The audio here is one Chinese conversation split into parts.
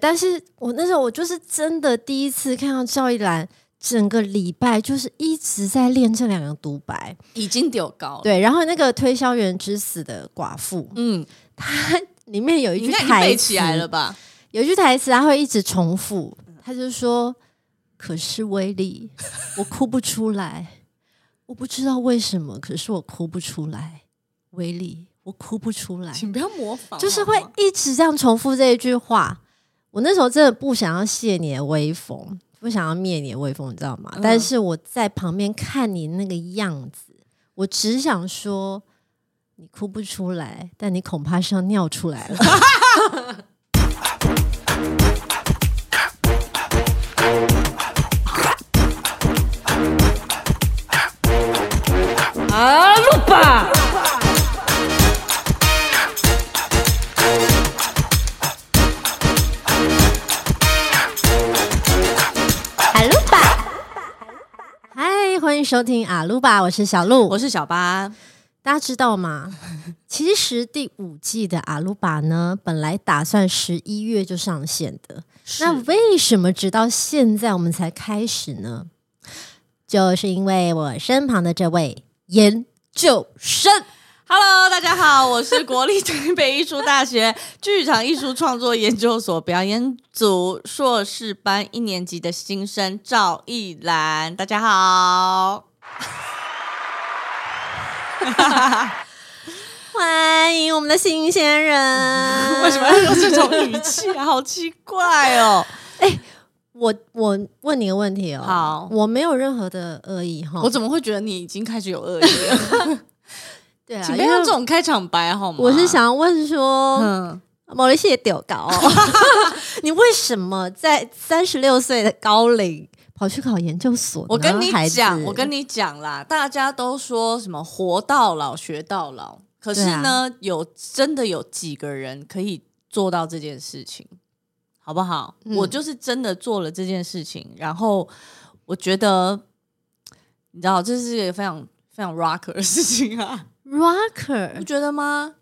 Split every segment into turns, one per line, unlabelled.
但是我那时候我就是真的第一次看到赵一兰，整个礼拜就是一直在练这两个独白。
已经丢高了。，
对，然后那个推销员之死的寡 妇，
嗯，
里面有一
你
句
应该已经
台
背
词
起来了吧？
有一句台词，他会一直重复，他就说：“可是威 力，我哭不出来，我不知道为什么，可是我哭不出来，威力，我哭不出来。”
请不要模仿，
就是
好
会
吗
一直这样重复这一句话。我那时候真的不想要泄你的威风，不想要灭你的威风，你知道吗？
嗯
但是我在旁边看你那个样子，我只想说，你哭不出来，但你恐怕是要尿出来了。
啊，录吧。
海陆吧，嗨，欢迎收听阿鲁吧，我是小鹿。
我是小八，
大家知道 吗？其实第五季的阿鲁巴呢，本来打算十一月就上线的，那为什么直到现在我们才开始呢？就是因为我身旁的这位研究生，
Hello，大家好，我是国立台北艺术大学 剧场艺术创作研究所表演组硕士班一年级的新生赵逸兰。大家好，
欢迎我们的新鲜人。
为什么要用这种语气啊？好奇怪哦！
我我问你个问题哦，
好
我没有任何的恶意哈，
我怎么会觉得你已经开始有恶意了？
对啊，
请不
因
要
为
用这种开场白好吗？
我是，想要问说，
啊嗯，
某一些屌高，哦 你为什么在三十六岁的高龄跑去考研究所呢？
我跟你
孩子
讲，我跟你讲啦，大家都说什么活到老学到老，可是
啊
呢，有真的有几个人可以做到这件事情，好不好？
嗯
我就是真的做了这件事情，然后我觉得，你知道，这是一个非常非常 rocker 的事情啊，你不
rocker
觉得吗？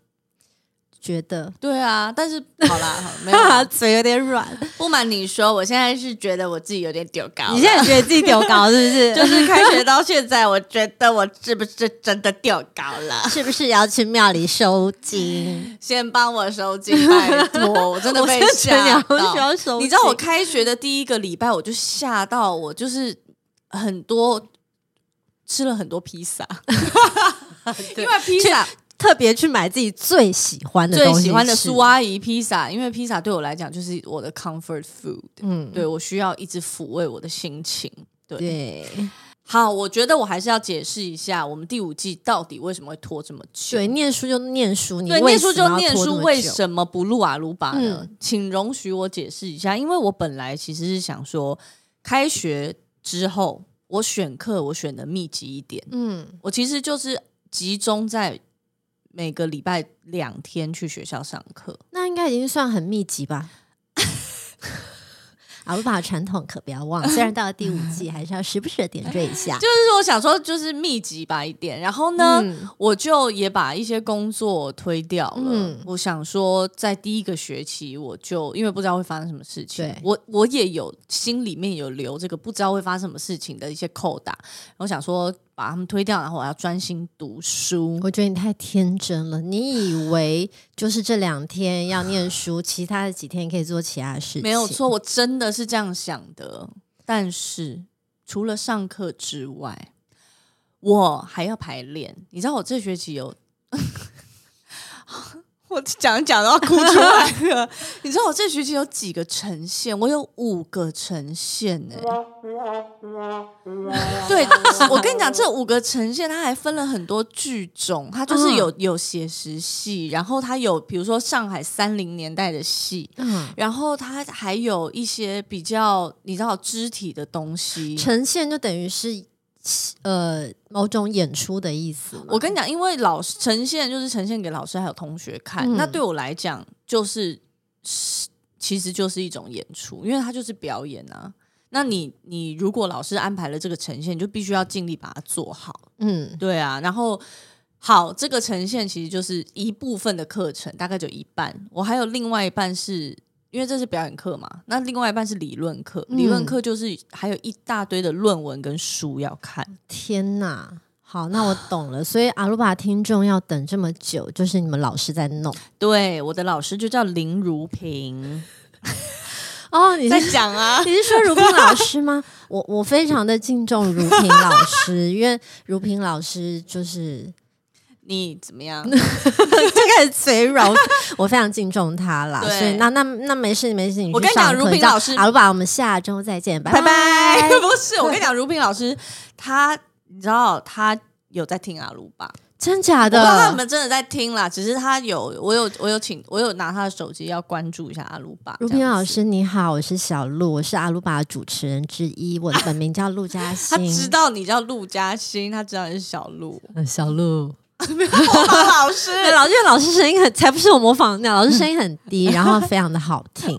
觉得
对啊，但是好啦，好没有 啦
嘴有点软，
不瞒你说，我现在是觉得我自己有点丢高了，
你现在觉得自己屌高是不 是？
就是开学到现在，我觉得我是不是真的掉高 了？
是不是也要去庙里收金？
先帮我收金，拜 托，我真的被吓
我真的觉得你好需
到。
要收金，
你知道我开学的第一个礼拜，我就吓到我，就是很多吃了很多披萨， 因为披萨
特别去买自己最喜欢的啊
最
东西
喜欢的
吃
苏，阿姨披萨，因为披萨对我来讲就是我的 comfort food，
嗯，
对我需要一直抚慰我的心情。对，
对
好，我觉得我还是要解释一下，我们第五季到底为什么会拖这么久。
对，念书就念书，你
对，
为
念书
什么
就
要
念
拖这
书，
么
为
久
什么不录啊录吧呢？
嗯
请容许我解释一下，因为我本来其实是想说，开学之后我选课我选的密集一点，
嗯
我其实就是集中在每个礼拜两天去学校上课。
那应该已经算很密集吧。 阿鲁巴的传统可不要 忘，虽然到了第五季，还是要时不时的点缀一 下。
就是我想说，就是密集吧一点，然后呢，
嗯
我就也把一些工作推掉了。
嗯
我想说，在第一个学期，我就因为不知道会发生什么事情
对，
我我也有心里面有留这个不知道会发生什么事情的一些扣打，然后想说把他们推掉，然后我要专心读书。
我觉得你太天真了，你以为就是这两天要念书，其他的几天可以做其他的事情，
没有错，我真的是这样想的。但是除了上课之外，我还要排练。你知道我这学期有， 我讲一讲都要哭出来了。 你知道我这学期有几个呈现？我有五个呈现欸呢、对，我跟你讲，这五个呈现它还分了很多剧种，它就是有、有写实戏，然后它有比如说上海三零年代的戏，
嗯，
然后它还有一些比较你知道肢体的东西。
呈现就等于是呃某种演出的意思嘛。
我跟你讲，因为老师呈现就是呈现给老师还有同学看，
嗯
那对我来讲就是是其实就是一种演出，因为它就是表演啊。那你你如果老师安排了这个呈现，你就必须要尽力把它做好。
嗯
对啊，然后好，这个呈现其实就是一部分的课程，大概就一半。我还有另外一半是因为这是表演课嘛，那另外一半是理论课，
嗯
理论课就是还有一大堆的论文跟书要看。
天哪！好，那我懂了。所以阿鲁巴听众要等这么久，就是你们老师在弄
对，我的老师就叫林如 萍，
哦。你
在
是，
讲啊
你是说如萍老师吗？ 我我非常的敬重如萍老师，因为如萍老师 就是
你怎么样？
就开始嘴软，我 我非常敬重他啦。
对
所以那那那没事没事，你去
我跟你讲
上课
如萍
这样
老师
阿鲁巴，我们下周再见，拜
拜拜。 不是，我跟你讲，如萍老师，她你知道她有在听阿鲁吧？
真假
我不知道他
的？
们真的在听啦，只是她有，我有，我有请，我有拿她的手机要关注一下阿鲁吧。
如萍
这样子
老，师你好，我是小鹿，我是阿鲁巴的主持人之一，我的本名叫陆 嘉
她
欣。
啊知道你叫陆嘉欣，她知道你是小鹿，
嗯，小鹿。
我们老师。
对，老师因为老师声音很，才不是我模仿的那样，老师声音很低，然后非常的好 听。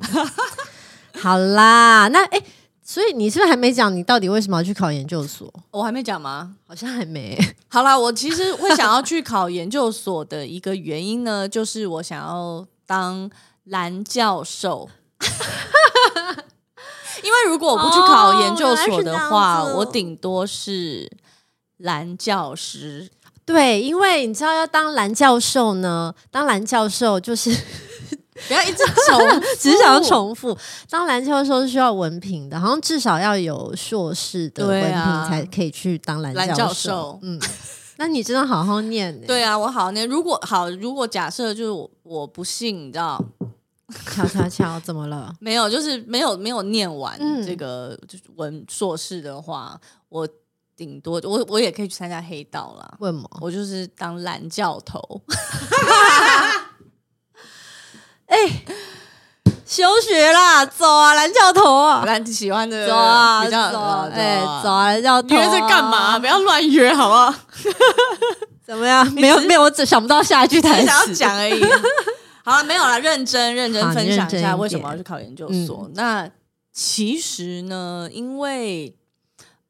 好啦，那哎、诶所以你是不是还没讲你到底为什么要去考研究所？
我还没讲吗？
好像还没、
好啦，我其实会想要去考研究所的一个原因呢，就是我想要当蓝教授。因为如果我不去考研究所的话，
哦原来是这样子
我顶多是蓝教师。
对，因为你知道要当蓝教授呢，当蓝教授就是，
不要一直重
只是
哦
想要。重复，当蓝教授是需要文凭的，好像至少要有硕士的文
对
凭
啊
才可以去当蓝
蓝
教
教
授。
授
嗯，那你真的好好念、欸，
对啊，我好那如果好，如果假设就是我我不信，你知道
敲敲敲，怎么了？
没有，就是没有没有念完
嗯
这个就是文硕士的话，我顶多我我也可以去参加黑道啦。
问吗？
我就是当蓝教头，
休学啦，走啊，蓝教头啊，
蓝喜欢的
走啊，
比
走
较
啊，哎，走
走啊
啊，蓝教头、
你
啊，
约在干嘛？？不要乱约，好不好？
怎么样？ 没有没有，我只想不到下一句台
只
词。
想要讲 而已。好了，没有了，认真认真
好
分享
你认
一
真一
下
点嗯
为什么要去考研究所。那其实呢，因为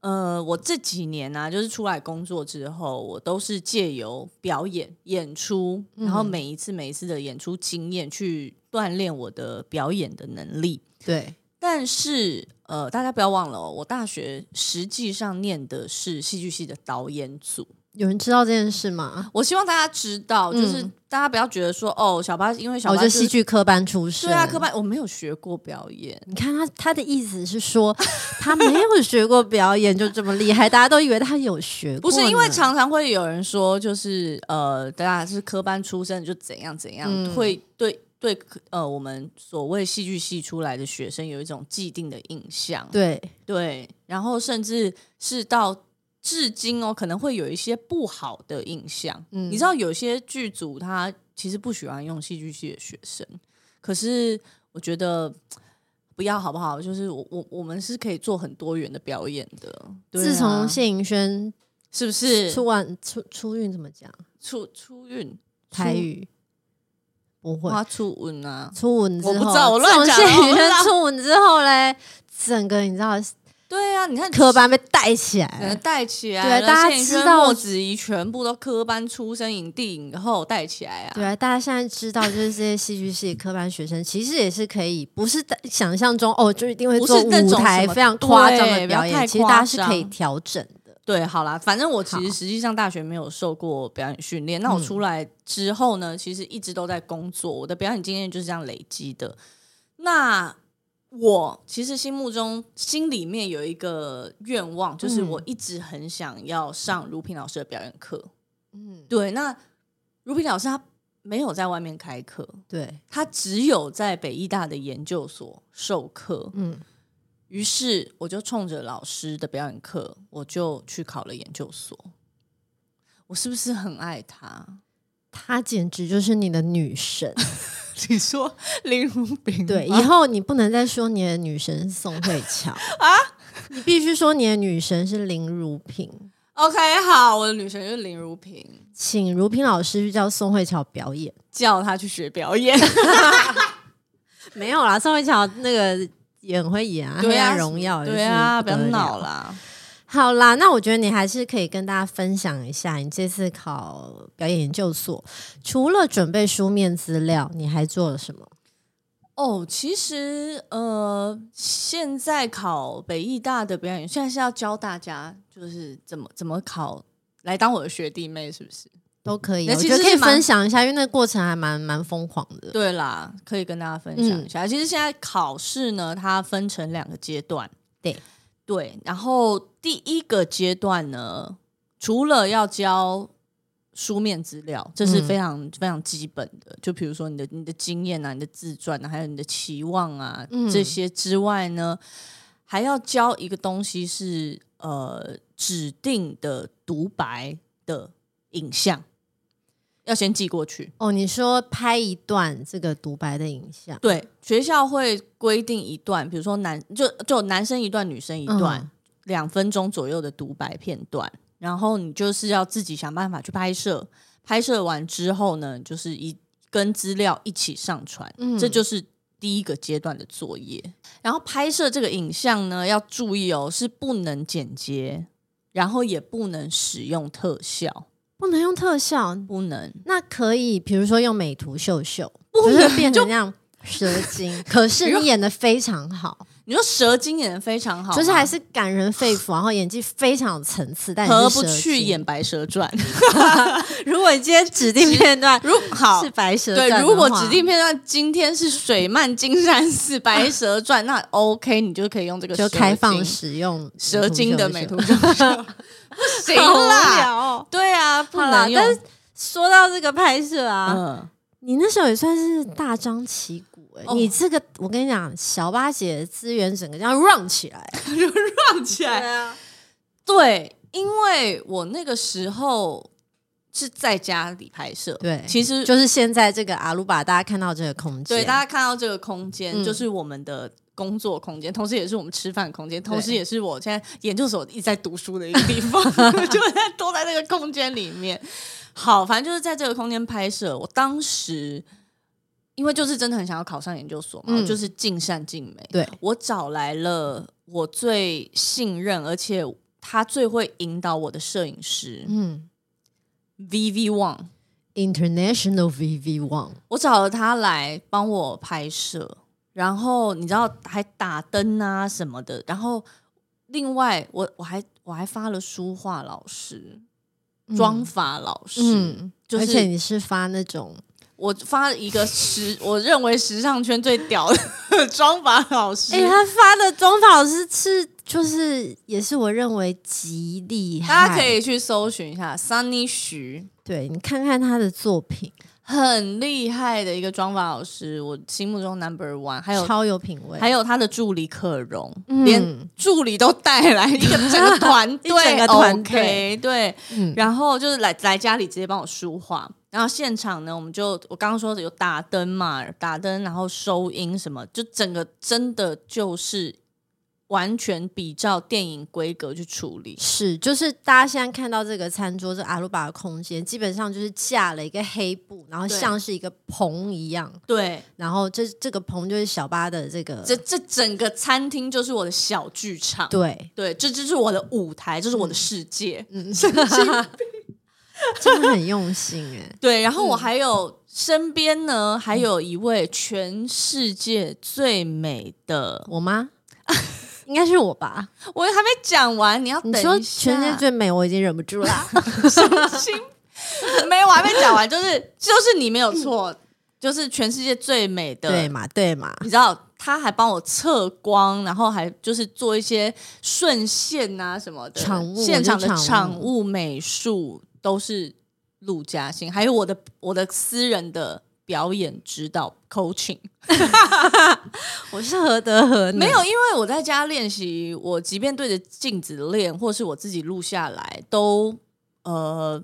呃，我这几年啊，就是出来工作之后，我都是借由表演、演出，
嗯
然后每一次每一次的演出经验去锻炼我的表演的能力。
对，
但是呃，大家不要忘了、哦，我大学实际上念的是戏剧系的导演组。
有人知道这件事吗？
我希望大家知道，就是
嗯
大家不要觉得说哦，小巴因为小
我
巴、
就戏。剧科班出身。
对啊，科班我没有学过表演，
你看他他的意思是说，他没有学过表演就这么厉害，大家都以为他有学
不
过呢。
是因为常常会有人说，就是呃，大家是科班出身就怎样怎样，
嗯
会对对呃，我们所谓戏剧系出来的学生有一种既定的印象，
对
对，然后甚至是到至今哦，可能会有一些不好的印象。
嗯
你知道有些剧组他其实不喜欢用戏剧系的学生，可是我觉得。不要好不好？就是我我我们是可以做很多元的表演的。对啊
自从谢盈萱
是不是
出
出
完出出运怎么讲
出出运
台语不会
花出运啊？
初吻之后，
我不知道我乱
自
讲的
从谢
我
宇
不知
轩
道
初吻之后嘞，整个你知道
对啊，你看
科班被带起
整个
来，
带起来
对
了，
大家
谢颖
知
轩
道
莫子仪全部都科班出身，影帝影后带起来啊。
对啊，大家现在知道，就是这些戏剧系科班学生，其实也是可以，不是想象中哦，就一定会
不是
做
那
舞
种
台
什么
非常夸张的
对
表
不要
演，
太
其实大家是
夸张
可以调整的。
对，好啦，反正我其实
好
实际上大学没有受过表演训练，那我
嗯
出来之后呢，其实一直都在工作，我的表演经验就是这样累积的。那我其实心目中心里面有一个愿望，就是
嗯
我一直很想要上如萍老师的表演课。
嗯，
对，那如萍老师她没有在外面开课，
对，
她只有在北医大的研究所授课。
嗯，
于是我就冲着老师的表演课，我就去考了研究所。我是不是很爱他？
她简直就是你的女 神。
你说林如萍
对，以
吗
后你不能再说你的女神宋慧乔 啊，你必须说你的女神是林如萍，
OK 好，我的女神就是林如萍，
请如萍老师去叫宋慧乔表演。
叫她去学表演。
没有啦，宋慧乔那个也很会演啊，
对
黑
啊，
暗荣耀》也是
对啊，
不
不
得
要
了
闹。啦。
好啦，那我觉得你还是可以跟大家分享一下，你这次考表演研究所，除了准备书面资料，你还做了什么？
哦，其实呃，现在考北艺大的表演，现在是要教大家就是怎么怎么考来当我的学弟妹，是不是？
都可以啊，
嗯那
我
其
觉得
实
可以
是蛮
分享一下，因为那个过程还蛮蛮疯狂的。嗯
对啦，可以跟大家分享一下。其实现在考试呢，它分成两个阶段。
对
对，然后第一个阶段呢，除了要交书面资料，这是
嗯
非常、非常基本的，就比如说你的你的经验啊、你的自传啊，还有你的期望啊、
嗯
这些之外呢，还要交一个东西是呃指定的独白的影像，要先寄过去。
哦，你说拍一段这个独白的影像，
对，学校会规定一段，比如说男就就男生一段，女生一段，
嗯
两分钟左右的独白片段，然后你就是要自己想办法去拍摄。拍摄完之后呢，就是一跟资料一起上传，
嗯
这就是第一个阶段的作业。然后拍摄这个影像呢，要注意哦，是不能剪接，然后也不能使用特效，
不能用特效，
不能。
那可以，比如说用美图秀秀，就是变成那样蛇 精。可是你演的非常好，
你说蛇精演的非常好吗，
就是还是感人肺腑，然后演技非常有层次，但你是
何不
蛇
去
精？
演《白蛇传》？
如果你今天指定片段
如好
是白蛇
对
传，的话
如果指定片段今天是《水漫金山寺》《白蛇传》， 那 OK，你就可以用这个
就
蛇
开放
精
使用
蛇精的美
美
图
图
秀秀，不行
好无
啦，
聊哦。
对啊，不
好啦
能用
但。是说到这个拍摄啊，
嗯，
你那时候也算是大张旗鼓哎、
哦
你这个我跟你讲，小八姐的资源整个这样 run 起来，
放起来。
啊，
对，因为我那个时候是在家里拍摄，
对
其实
就是现在这个阿鲁巴，大家看到这个空间，
嗯对大家看到这个空间，
嗯
就是我们的。工作空间，同时也是我们吃饭空间，同时
对
也是我现在研究所一直在读书的一个 地方，就在都在那个空间里面。好，反正就是在这个空间拍摄。我当时因为就是真的很想要考上研究所嘛，
嗯
我就是尽善尽美。
对
我找来了我最信任，而且他最会引导我的摄影师、
嗯
v v Wang。
，International VV One，
我找了他来帮我拍摄，然后你知道还打灯啊什么的，然后另外我我还我还发了书画老师、妆法老师，
嗯，
嗯就是
而且你是发那种
我发了一个时我认为时尚圈最屌的妆法老师，
哎、他发的妆法是是就是也是我认为极厉害，
大家可以去搜寻一下 Sunny 徐。
对你看看他的作品，
很厉害的一个妆法老师，我心目中 number one，还有
超有品味，
还有他的助理可容，
嗯
连助理都带来一个整个团队，
一整个团队
OK，对，
嗯
然后就是来来家里直接帮我梳化，然后现场呢，我们就我刚刚说的有打灯嘛，打灯，然后收音什么，就整个真的就是完全比照电影规格去处理，
是，就是大家现在看到这个餐桌，这阿鲁巴的空间，基本上就是架了一个黑布，然后
对
像是一个棚一样，
对，
然后这这个棚就是小巴的这个
这这整个餐厅就是我的小剧场。
对，
对，这这就是我的舞台，这是我的世界。
嗯，真的很用心哎、
对，然后我还有身边呢，还有一位全世界最美的，
我吗？应该是我吧？
我还没讲完，你要等
你
一
说
下。
全世界最美，我已经忍不住啦。
没有，我还没讲完，就是就是你没有错，就是全世界最美
对
的，
嘛，对 嘛，
你知道。他还帮我测光，然后还就是做一些顺线啊什么的，
场务
现场的
就场务
场务美术都是陆嘉欣，还有我的我的私人的表演指导 coaching，
我是何德何能？
没有，因为我在家练习，我即便对着镜子练，或是我自己录下来，都呃，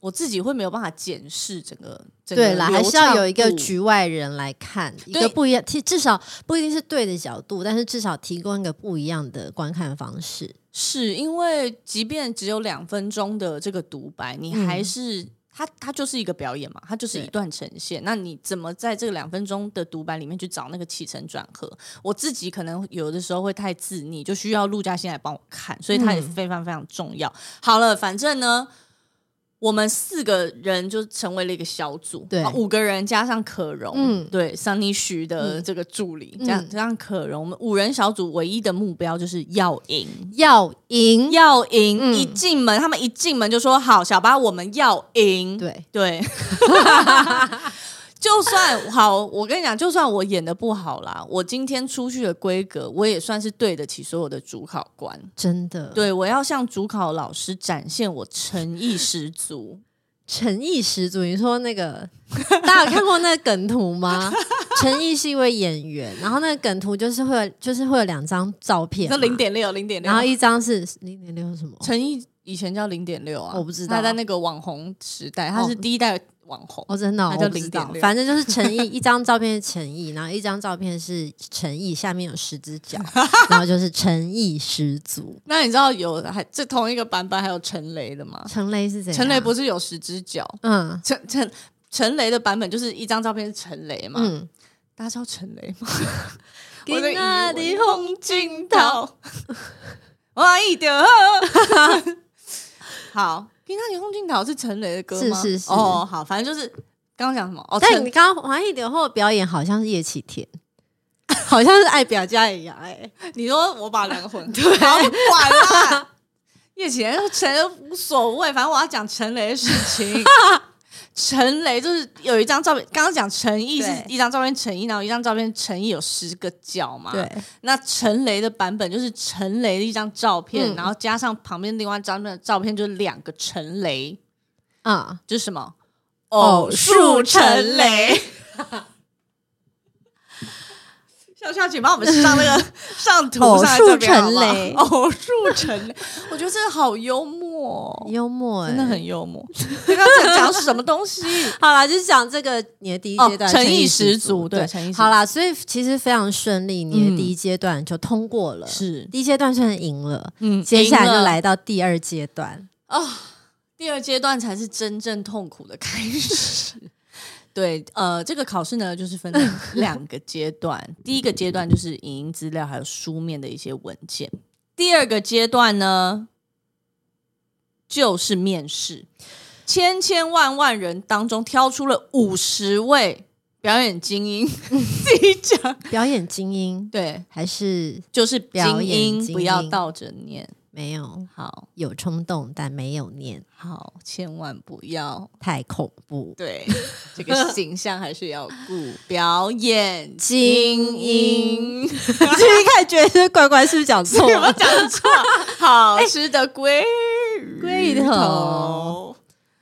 我自己会没有办法检视整个整个
对啦，还
流
是要
畅
有一个
度
局外人来看，一
对
个不一样，至至少不一定是对的角度，但是至少提供一个不一样的观看方式。
是因为即便只有两分钟的这个独白，你
嗯
还是。它它就是一个表演嘛，它就是一
对
段呈现。那你怎么在这个两分钟的独白里面去找那个起承转合？我自己可能有的时候会太自溺，就需要陆嘉欣来帮我看，所以他也
嗯
非常非常重要。好了，反正呢，我们四个人就成为了一个小组，
对
啊五个人加上可荣，
嗯
对，桑尼徐的这个助理，
嗯
加加上可荣，我们五人小组唯一的目标就是要赢，
要赢，
要赢！
嗯
一进门，他们一进门就说：“好，小巴，我们要赢。”
对，
对， 就算好，我跟你讲，就算我演的不好啦，我今天出去的规格，我也算是对得起所有的主考官。
真的，
对，我要向主考老师展现我诚意十足。
诚意十足。你说那个， 大家有看过那个梗图 吗？陈毅是一位演员，然后那个梗图就是会有，就是会有两张照片嘛，
那零点六，零点六，
嗯然后一张是零点六什么？
陈毅以前叫零点六啊，
我不知道
他在那个网红时代，他是
哦
第一代网红。
哦，真的、哦，
那
我
叫
不知道
0.6
反正就是陈毅， 一张照片是陈毅，然后一张照片是陈毅，下面有十只 脚，然后就是陈毅十足。
那你知道有还这同一个版本还有陈雷的吗？
陈雷是谁？啊
陈雷不是有十只脚？
嗯
陈陈陈雷的版本就是一张照片是陈雷嘛？
嗯，
大家知道陈雷 吗？
今仔日
红 镜
头，
我一点好。平常你红镜头是陈雷的歌吗？
是是是
哦，好，反正就是刚刚讲什么哦，
但
陈
你刚刚黄一点后表演好像是叶启田，好像是爱表家一样、哎，
你说我把两个 混对，好不管啦。叶启言陈雷无所谓，反正我要讲陈雷的事 情。陈雷就是有一张照片，刚刚讲陈毅是
对
一张照片，陈毅，然后一张照片陈毅有十个角嘛。。
对，
那陈雷的版本就是陈雷的一张照片，
嗯
然后加上旁边另外一张的照片，就是两个陈雷，
啊、
就是什么
偶数陈
雷。 笑笑，请帮我们上那 个上图
偶
上来
数
这边好
陈
不好
雷
偶数陈雷，我觉得这个好幽默哦，
幽默、哎，
真的。很幽 默。刚刚在讲什么东西？
好啦，就是讲这个你的第一阶段，
哦诚意
意
十足
足，
对诚意十足
好啦，所以其实非常顺利，你
嗯
的第一阶段就通过了，
是
第一阶段算赢了，
嗯
接下来
赢
就
了
来到第二阶段，
哦第二阶段才是真正痛苦的开 始。对，呃，这个考试呢，就是分成两个阶段。第一个阶段就是影音资料还有书面的一些文件。第二个阶段呢，就是面试，千千万万人当中挑出了五十位表演 精英，自己讲
表演精英
对，
还是
就是
表
精
演
英，
精
不要
英
倒着念。
没有
好
有冲动，但没有念，
好，千万不要
太恐怖。
对，这个形象还是要顾表演
精
英
英。就一
哎
开始觉得乖乖是不是讲错
有没有
了？
讲错？啊好吃的龟
龟
头，
头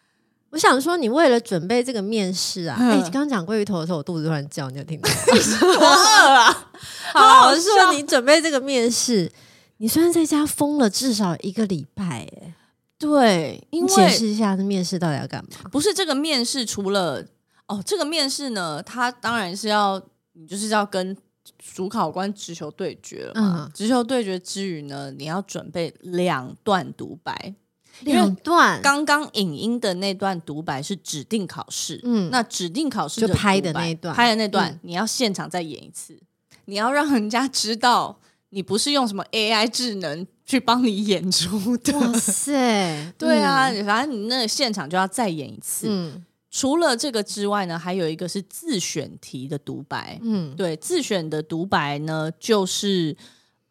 我想说，你为了准备这个面试啊，
嗯
哎、刚刚讲鲑鱼头的时候，我肚子突然叫，你有听到吗？
多饿啊！
好啦，我是
好好
说
笑
你准备这个面试，你虽然在家疯了至少一个礼拜、哎，
对，因
你解
为
释一下这面试到底要干嘛？
不是这个面试，除了哦，这个面试呢，它当然是要你就是要跟主考官直球对决了嘛
嗯。
直球对决之余呢，你要准备两段独白。因为
两段，
刚刚影音的那段独白是指定考试，嗯
嗯，
那指定考试
就
独白
拍的那一段
拍的那段
嗯，
你要现场再演一次，你要让人家知道你不是用什么 AI 智能去帮你演出
哇
的。
塞，
对啊，你反正你那个现场就要再演一次。
嗯，
除了这个之外呢，还有一个是自选题的独白。
嗯嗯，
对，自选的独白呢，就是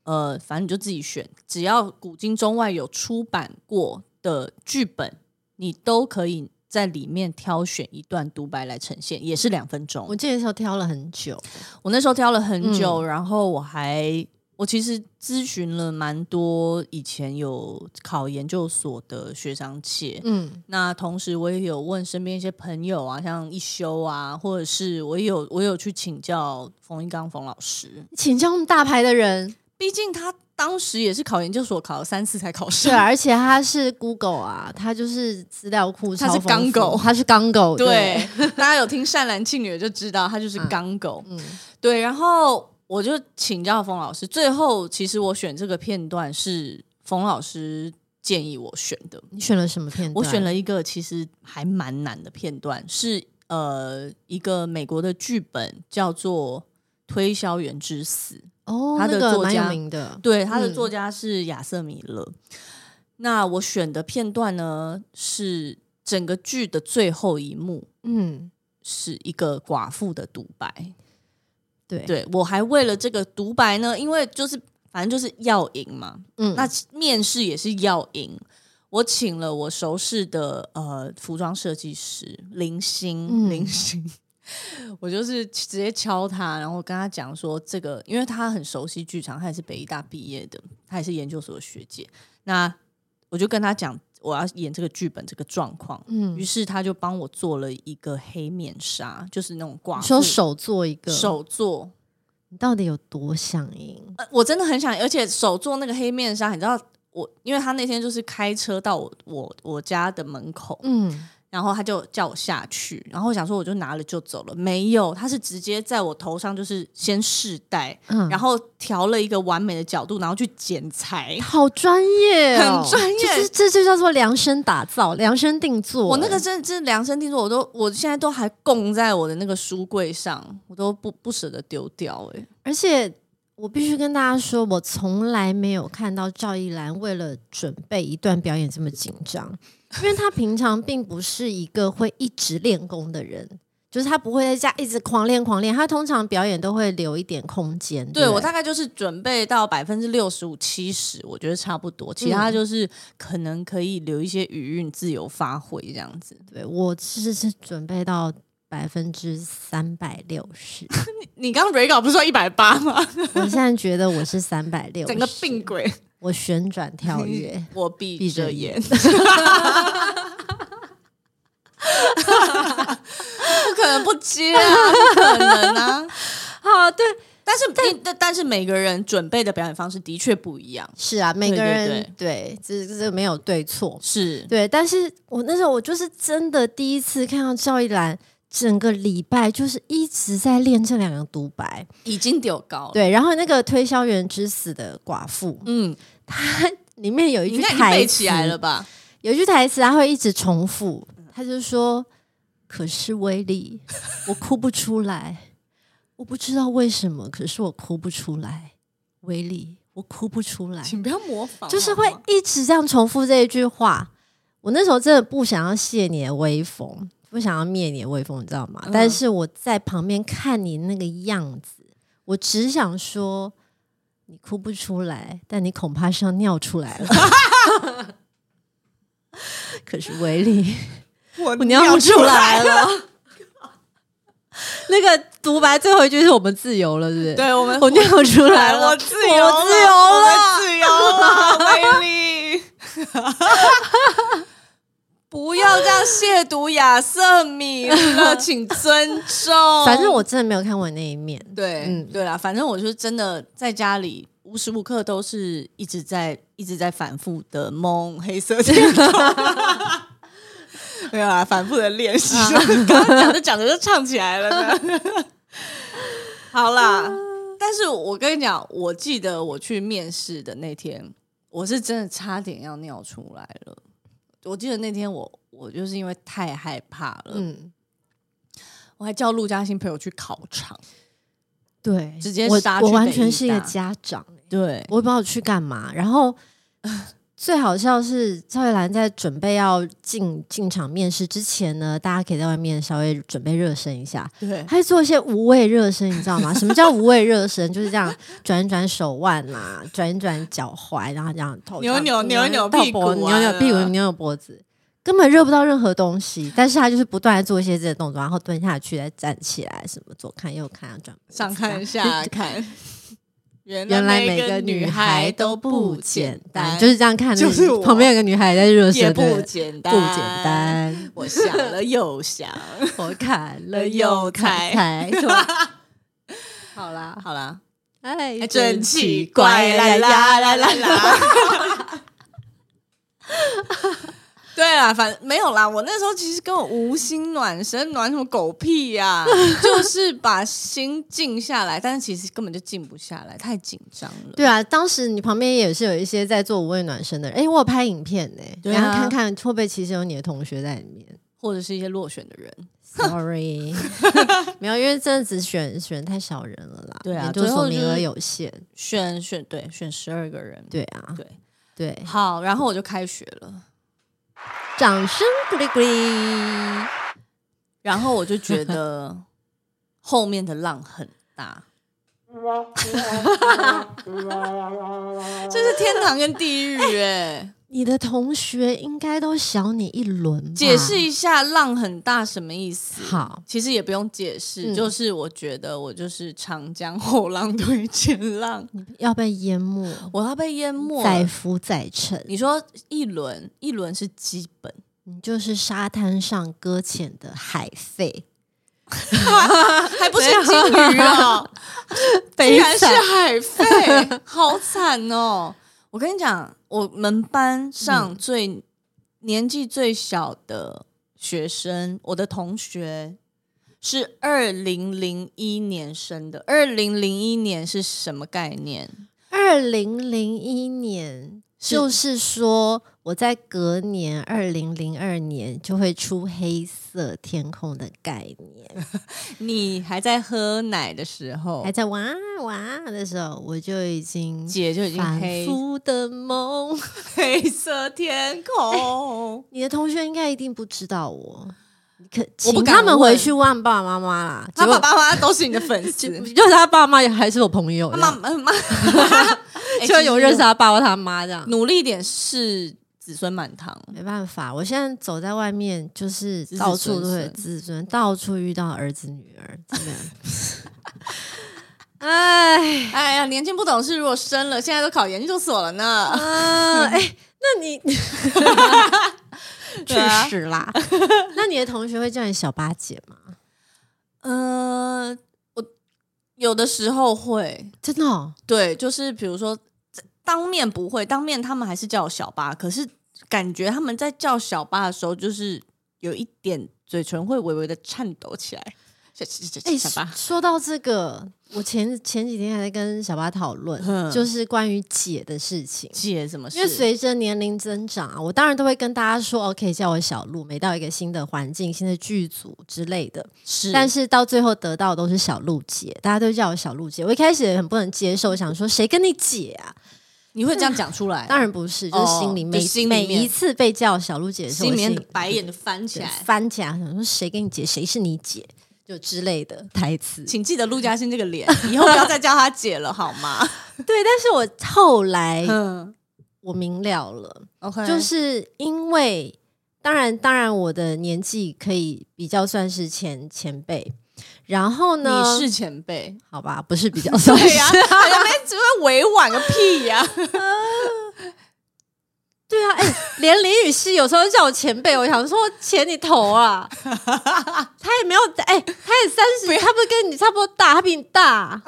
呃，反正你就自己选，只要古今中外有出版过的剧本，你都可以在里面挑选一段独白来呈现，也是两分钟。
我嗯
我
记得那时候挑了很久，
那时候挑了很久，然后我还。我其实咨询了蛮多以前有考研究所的学长姐，
嗯
那同时我也有问身边一些朋友啊，像一休啊，或者是我也有我有去请教冯一刚冯老师，
请教那么大牌的人，
毕竟他当时也是考研究所，考了三次才考
对，啊
上。
而且他是 Google 啊，他就是资料库
他
超
是
丰富，
刚狗
他是刚狗，
对， 大家有听善男信女的就知道，他就是刚狗。
嗯
对，然后我就请教冯老师，最后其实我选这个片段是冯老师建议我选的。
你选了什么片段？
我选了一个其实还蛮难的片段，是呃一个美国的剧本叫做《推销员之死》。
哦，
他的
那个
作
蛮
家
有名的，
对，他的
嗯
作家是亚瑟米勒。那我选的片段呢是整个剧的最后一幕
嗯，
是一个寡妇的独白。
对，
对我还为了这个独白呢，因为就是反正就是要赢嘛，
嗯，
那面试也是要赢。我请了我熟识的呃服装设计师林星，
嗯
林星，我就是直接敲他，然后跟他讲说这个，因为他很熟悉剧场，他也是北医大毕业的，他也是研究所的学姐。那我就跟他讲我要演这个剧本这个状况，于
嗯，
是他就帮我做了一个黑面纱，就是那种挂
你说
布
手做一个，
手做，
你到底有多想赢？
呃，我真的很想，而且手做那个黑面纱，你知道我，因为他那天就是开车到我我我家的门口，
嗯，
然后他就叫我下去，然后我想说我就拿了就走了，没有，他是直接在我头上就是先试戴，
嗯
然后调了一个完美的角度，然后去剪裁。
好专业、哦，
很专业
就是这就叫做量身打造、量身定做。
我那个真的真的量身定做，我都我现在都还供在我的那个书柜上，我都不不舍得丢掉、欸。
而且我必须跟大家说，我从来没有看到赵一兰为了准备一段表演这么紧张，因为她平常并不是一个会一直练功的人。就是她不会在家一直狂练狂练，她通常表演都会留一点空间。对
对
不对
我大概就是准备到百分之六十五、七十，我觉得差不多。其他就是可能可以留一些余韵，自由发挥这样子。
对我是是准备到百分之三百六十，
你刚蕊稿不是说一百八吗？
我现在觉得我是三百六，
整个病鬼，，
我旋转跳跃
我闭
闭着
着眼， 不可能不接啊，不可能啊！
好，对，
但是但但但是每个人准备的表演方式的确不一样，
是啊，每个
对对
人对这这没有对错，
是
对，但是我那时候我就是真的第一次看到赵一兰。整个礼拜就是一直在练这两个独白，
已经丢高了。，
对，然后那个推销员之死的寡妇
嗯，
里面有一句
你应该已经
台
背
词
起来了吧？
有一句台词，他会一直重复，他就说：“可是威力，我哭不出来，我不知道为什么，可是我哭不出来，威力，我哭不出来。”
请不要模仿，
就是
好
会
吗
一直这样重复这一句话。我那时候真的不想要泄你的威风，不想要灭你的威风，你知道吗？
嗯
但是我在旁边看你那个样子，我只想说，你哭不出来，但你恐怕是要尿出来了。 可是威 力，
我
我尿不出来了。那个独白最后一句是我们自由了，是不是？，
对我们
我尿出来了，
我自由了，
我自由了，
我自由了，威力。 不要这样亵渎亚瑟 米勒，请尊重。
反正我真的没有看过你那一面。
对、
嗯
对啦，反正我就是真的在家里无时无刻都是一直在一直在反复的蒙黑色天空。 没有啊，反复的练习。
啊
刚刚讲着讲着就唱起来了 呢。
啊
好啦，但是我跟你讲，我记得我去面试的那天，我是真的差点要尿出来了。我记得那天我我就是因为太害怕了，
嗯，
我还叫陆嘉欣陪我去考场。
对，
直接
我
杀去
我完
北
全
医
是一个
大
家长、欸
对，
我也不知道我去干嘛。然后最好笑是赵一兰在准备要进进场面试之前呢，大家可以在外面稍微准备热身一下，
对，
她还做一些无畏热身，你知道吗？什么叫无畏热身？就是这样转一转手腕啦、转一转脚踝，然后这样头
扭
这样
扭扭扭
到
屁
脖
股
扭
啊
扭屁股，扭扭脖子。根本热不到任何东西，但是她就是不断的做一些这些动作，然后蹲下去，再站起来，什么左看右看，啊转脖子
上看下看，原
原来每
每
个女
女
孩都
都
不
简
简单，就是这样看着你。
就是我
旁边有个女孩在热
也
身，对
不简单，
不简。单。
我想了又想，
我砍了
又
又
砍
砍，才 好啦，
好啦，
哎，
真奇哎怪啦啦啦啦啦。 对啊，反没有啦。我那时候其实根本无心暖身，暖什么狗屁 呀、就是把心静下来，但是其实根本就静不下来，太紧张了。
对啊，当时你旁边也是有一些在做无畏暖身的人，哎，我有拍影片呢，
对啊
然后看看会不会其实有你的同学在里面。
或者是一些落选的人，
Sorry，没有，因为真的只选选太少人了啦，
对啊
研究
最后
所
就是
名额有限，
选选对选十二个人，
对啊，
对
对，
好，然后我就开学了。
掌声鼓励鼓励。
然后我就觉 得后面的浪很大，这是天堂跟地狱哎、
你的同学应该都小你一轮吧，
解释一下浪很大什么意思？
好。
其实也不用解释，
嗯
就是我觉得我就是长江后浪推前浪，
要被淹没，
我要被淹没了。
载浮载沉，
你说一轮，一轮是基本，
你就是沙滩上搁浅的海费，
还不是金 鱼啊、居然是
惨
海费， 好惨哦！我跟你讲，我们班上最、年纪最小的学生，我的同学是二零零一年生的。二零零一年是什么概念？
二零零一年，
是
就是说我在隔年二零零二年就会出黑色天空的概念，
你还在喝奶的时候
还，在哇哇的时候，我就已经
姐就已经
反
黑
复的梦。
黑色天空。
你的同学应该一定不知道我，你可
我不
请
敢
他们
问
回去问爸爸妈妈啦。
他
结果
爸爸妈妈都是你的粉丝，
就是他爸妈也还是我朋友
他
这
妈
样，
妈妈哎
就有认识
其实
他爸或他妈这样。
努力一点是子孙满堂。
没办法，我现在走在外面，就是
子子
到处都
孙
会
孙
自尊，到处遇到儿子女儿，真 的。哎
哎呀，年轻不懂事，如果生了，现在都考研究所了呢。
啊， 哎，那你
对啊
确实啦。 那你的同学会叫你小八姐吗？
呃，我有的时候会，
真的、哦，
对，就是比如说当面不会，当面他们还是叫我小八，可是感觉他们在叫小八的时候，就是有一点嘴唇会微微的颤抖起来。小小
哎，
小小八，
说到这个，我前前几天还在跟小八讨论，
嗯
就是关于姐的事情。
姐怎么是？
因为随着年龄增长啊，我当然都会跟大家说，哦，可以叫我小鹿。每到一个新的环境、新的剧组之类的，
是，
但是到最后得到的都是小鹿姐，大家都叫我小鹿姐。我一开始也很不能接受，想说谁跟你姐啊？
你会这样讲出来，
当然不是，就是心里
哦
每、
就心里
每
面
一次被叫小鹿姐的时候，
心里
我
面的白眼就翻起
对
来。
翻起来，想说谁跟你姐，谁是你姐，就之类的台词。
请记得陆嘉欣这个脸， 以后不要再叫她姐了，好吗？
对，但是我后来
嗯哎
我明了了。
，OK，
就是因为，当然，当然，我的年纪可以比较算是前前辈。然后呢？
你是前辈，
好吧，不是比较算
对
是
呀、啊，那边只会委婉个屁 呀、
对啊，哎、连林雨熙有时候叫我前辈，我想说前你头啊， 他也没有哎、他也三十，他不是跟你差不多大，他比你大，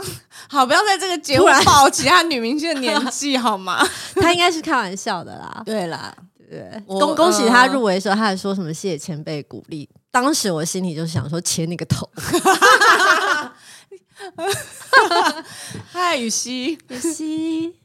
好，不要在这个节目
突然
报其他女明星的年纪，好吗？
他应该是开玩笑的啦。
对啦，
对，
我
恭恭喜他
嗯
入围的时候，他还说什么谢谢前辈鼓励，当时我心里就想说前你个头，
嗨，雨熙，
可惜。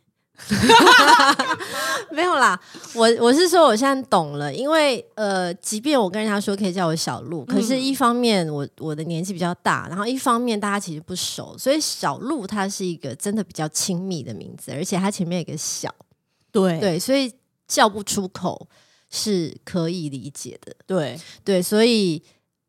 没有啦，我我是说我现在懂了，因为呃，即便我跟人家说可以叫我小鹿，可是一方面我我的年纪比较大，然后一方面大家其实不熟，所以小鹿它是一个真的比较亲密的名字，而且它前面有一个小，
对
对，所以叫不出口是可以理解的，
对，
对，所以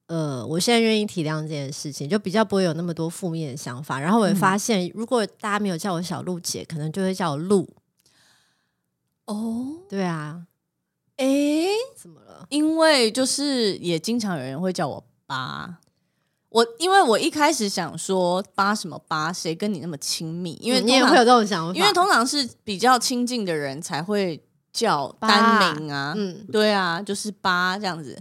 呃，我现在愿意体谅这件事情，就比较不会有那么多负面的想法。然后我也
嗯
发现，如果大家没有叫我小鹿姐，可能就会叫我鹿。
哦，
对啊，
诶，
怎么了？
因为就是也经常有人会叫我八。我因为我一开始想说八什么八，谁跟你那么亲密？因为
嗯你也
通常
会有这种想法，
因为通常是比较亲近的人才会叫单名啊，
嗯，
对啊，就是八这样子。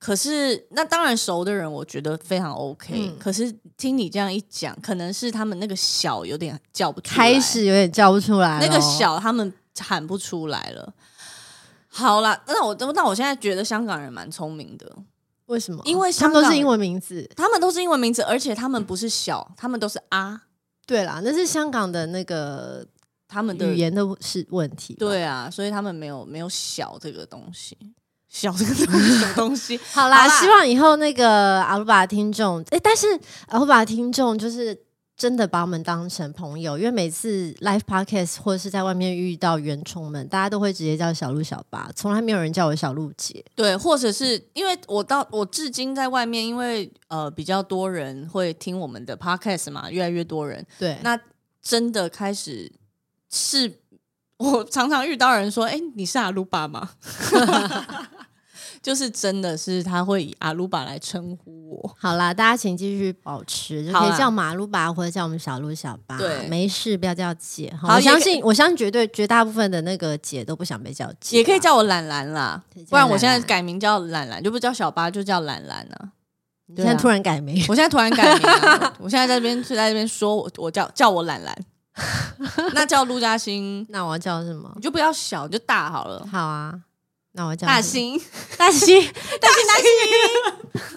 可是那当然熟的人，我觉得非常 OK、
嗯
可是听你这样一讲，可能是他们那个小有点叫不出来，
开始哦有点叫不出来咯，
那个小他们喊不出来了。好啦，那我那我现在觉得香港人蛮聪明的，
为什么？
因为
他
香
们都
港
是英文名字。
他们都是英文名字，而且他们不是小，他们都是啊，
对啦，那是香港的那个
他们的
语言的是问题。，
对啊，所以他们没有没有小这个东西，小这个东西什么东西？
好啦，
好啦
希望以后那个阿鲁巴的听众，哎、但是阿鲁巴的听众就是。真的把我们当成朋友，因为每次 live podcast 或者是在外面遇到原虫们，大家都会直接叫小鹿小八，从来没有人叫我小鹿姐。
对，或者是因为我到我至今在外面，因为呃比较多人会听我们的 podcast 嘛，越来越多人，
对，
那真的开始是，我常常遇到人说：“哎、你是阿鲁巴吗？” 就是真的是他会以阿鲁巴来称呼我。
好啦，大家请继续保持，就
好
可以
啦
叫马路吧，或者叫我们小鹿小八。
对
没事，不要叫姐。
好
好我
也可
相信，我相信绝对绝大部分的那个姐都不想被叫姐，啊
也可以。叫我懒懒啦
可以，叫
不然
懒
我现在
懒
改名叫懒懒，就不叫小八，就叫懒懒啊。
你
对
现在
啊
突然改 名，
我现在突然改名了，我现在在这边是在这边说我我叫叫我懒懒，那叫陆嘉欣，
那我要叫什么
你？就不要小，你就大好了，
好啊，那我叫
大
什么，
兴，
大西，
大兴，大兴，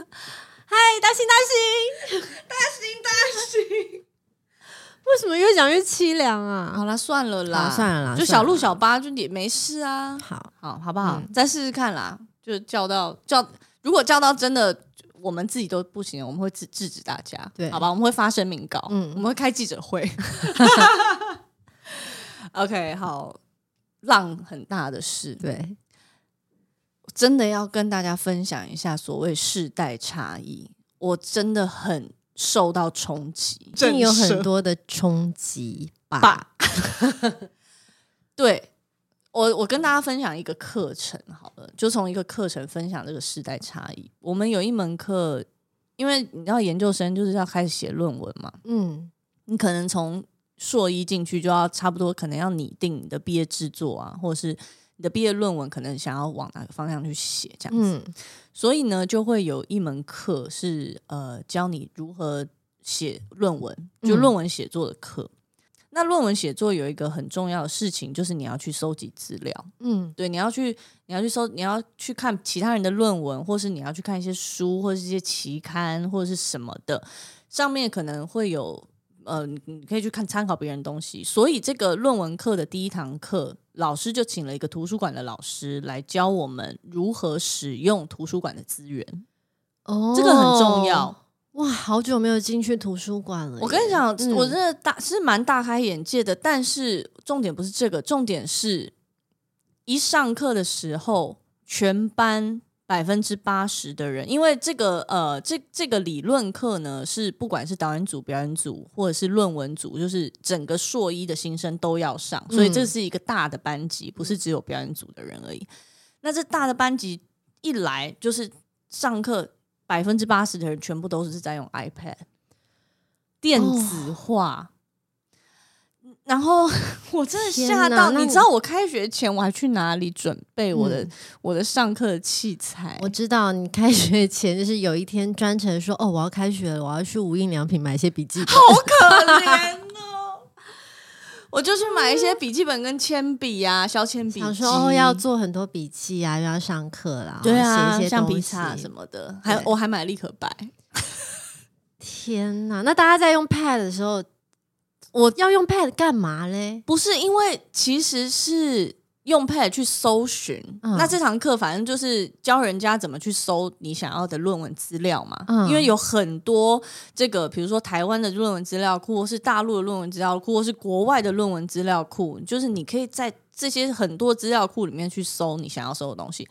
嗨，大西，大西，为什么越讲越凄凉啊？
好啦，算了啦，
好算了啦
就小
算了
鹿
啦
小八就也没事啊，
好，
好好不好？再试试看啦，就叫到叫，如果叫到真的我们自己都不行，我们会制制止大家，
对
好吧？我们会发声明稿，
嗯
我们会开记者会。OK，好，浪很大的事，
对，
真的要跟大家分享一下所谓世代差异，我真的很受到冲
一
击，
定有很
多。
多的冲击吧？
吧。对我，我跟大家分享一个课程好了，就从一个课程分享这个世代差异。我们有一门课，因为你知道研究生就是要开始写论文嘛，
嗯，
你可能从硕一进去就要差不多，可能要拟定你的毕业制作啊，或者是你的毕业论文可能想要往哪个方向去写这样子。
嗯，
所以呢，就会有一门课是呃教你如何写论文，就
嗯
论文写作的课。那论文写作有一个很重要的事情，就是你要去收集资料，
嗯，
对，你要去你要去搜，你要去看其他人的论文，或是你要去看一些书，或是一些期刊，或者是什么的，上面可能会有呃，你你可以去看参考别人的东西。所以这个论文课的第一堂课，老师就请了一个图书馆的老师来教我们如何使用图书馆的资源，
哦
这个很重要。。
哇，好久没有进去图书馆了耶。
我跟你讲，
嗯
我真的大是蛮大开眼界的，但是重点不是这个，重点是一上课的时候，全班百分之八十的人，因为这个呃，这这个理论课呢，是不管是导演组、表演组或者是论文组，就是整个硕一的新生都要上，所以这
嗯
是一个大的班级，不是只有表演组的人而已。那这大的班级一来，就是上课百分之八十的人全部都是在用 iPad，电
哦
子化。然后 我真的吓
天
到，
哪那
你
你
知道我开学前我还去哪里准备我的、
嗯
我的上课的器材？
我知道你开学前就是有一天专程说哦，我要开学了，我要去无印良品买一些笔记本。
可 怜哦！我就去买一些笔记本跟铅笔呀、削铅笔机，
想说哦，要做很多笔记啊，又要上课啦，哦
对啊，
写一些
橡皮
东
擦
西
什。么的，还
对
我还买立可白。
天哪！那大家在用 Pad 的时候，我要用 Pad 干嘛嘞？
不是因为其实是用 Pad 去搜寻，
嗯
那这堂课反正就是教人家怎么去搜你想要的论文资料嘛。
嗯
因为有很多这个，比如说台湾的论文资料库，或是大陆的论文资料库，或是国外的论文资料库，就是你可以在这些很多资料库里面去搜你想要搜的东西。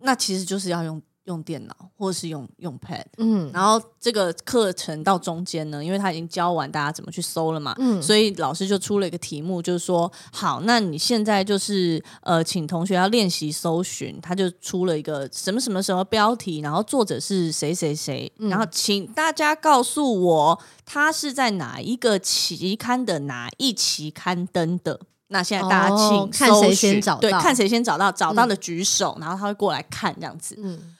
那其实就是要用用电脑，或是用用 Pad。
嗯
然后这个课程到中间呢，因为他已经教完大家怎么去搜了嘛，
嗯
所以老师就出了一个题目，就是说，好，那你现在就是呃，请同学要练习搜寻，他就出了一个什么什么什么标题，然后作者是谁谁谁，
嗯
然后请大家告诉我他是在哪一个期刊的哪一期刊登的。那现在大家请、
哦看谁先找到
对，看谁先找到，找到的举手，然后他会过来看这样子。
嗯，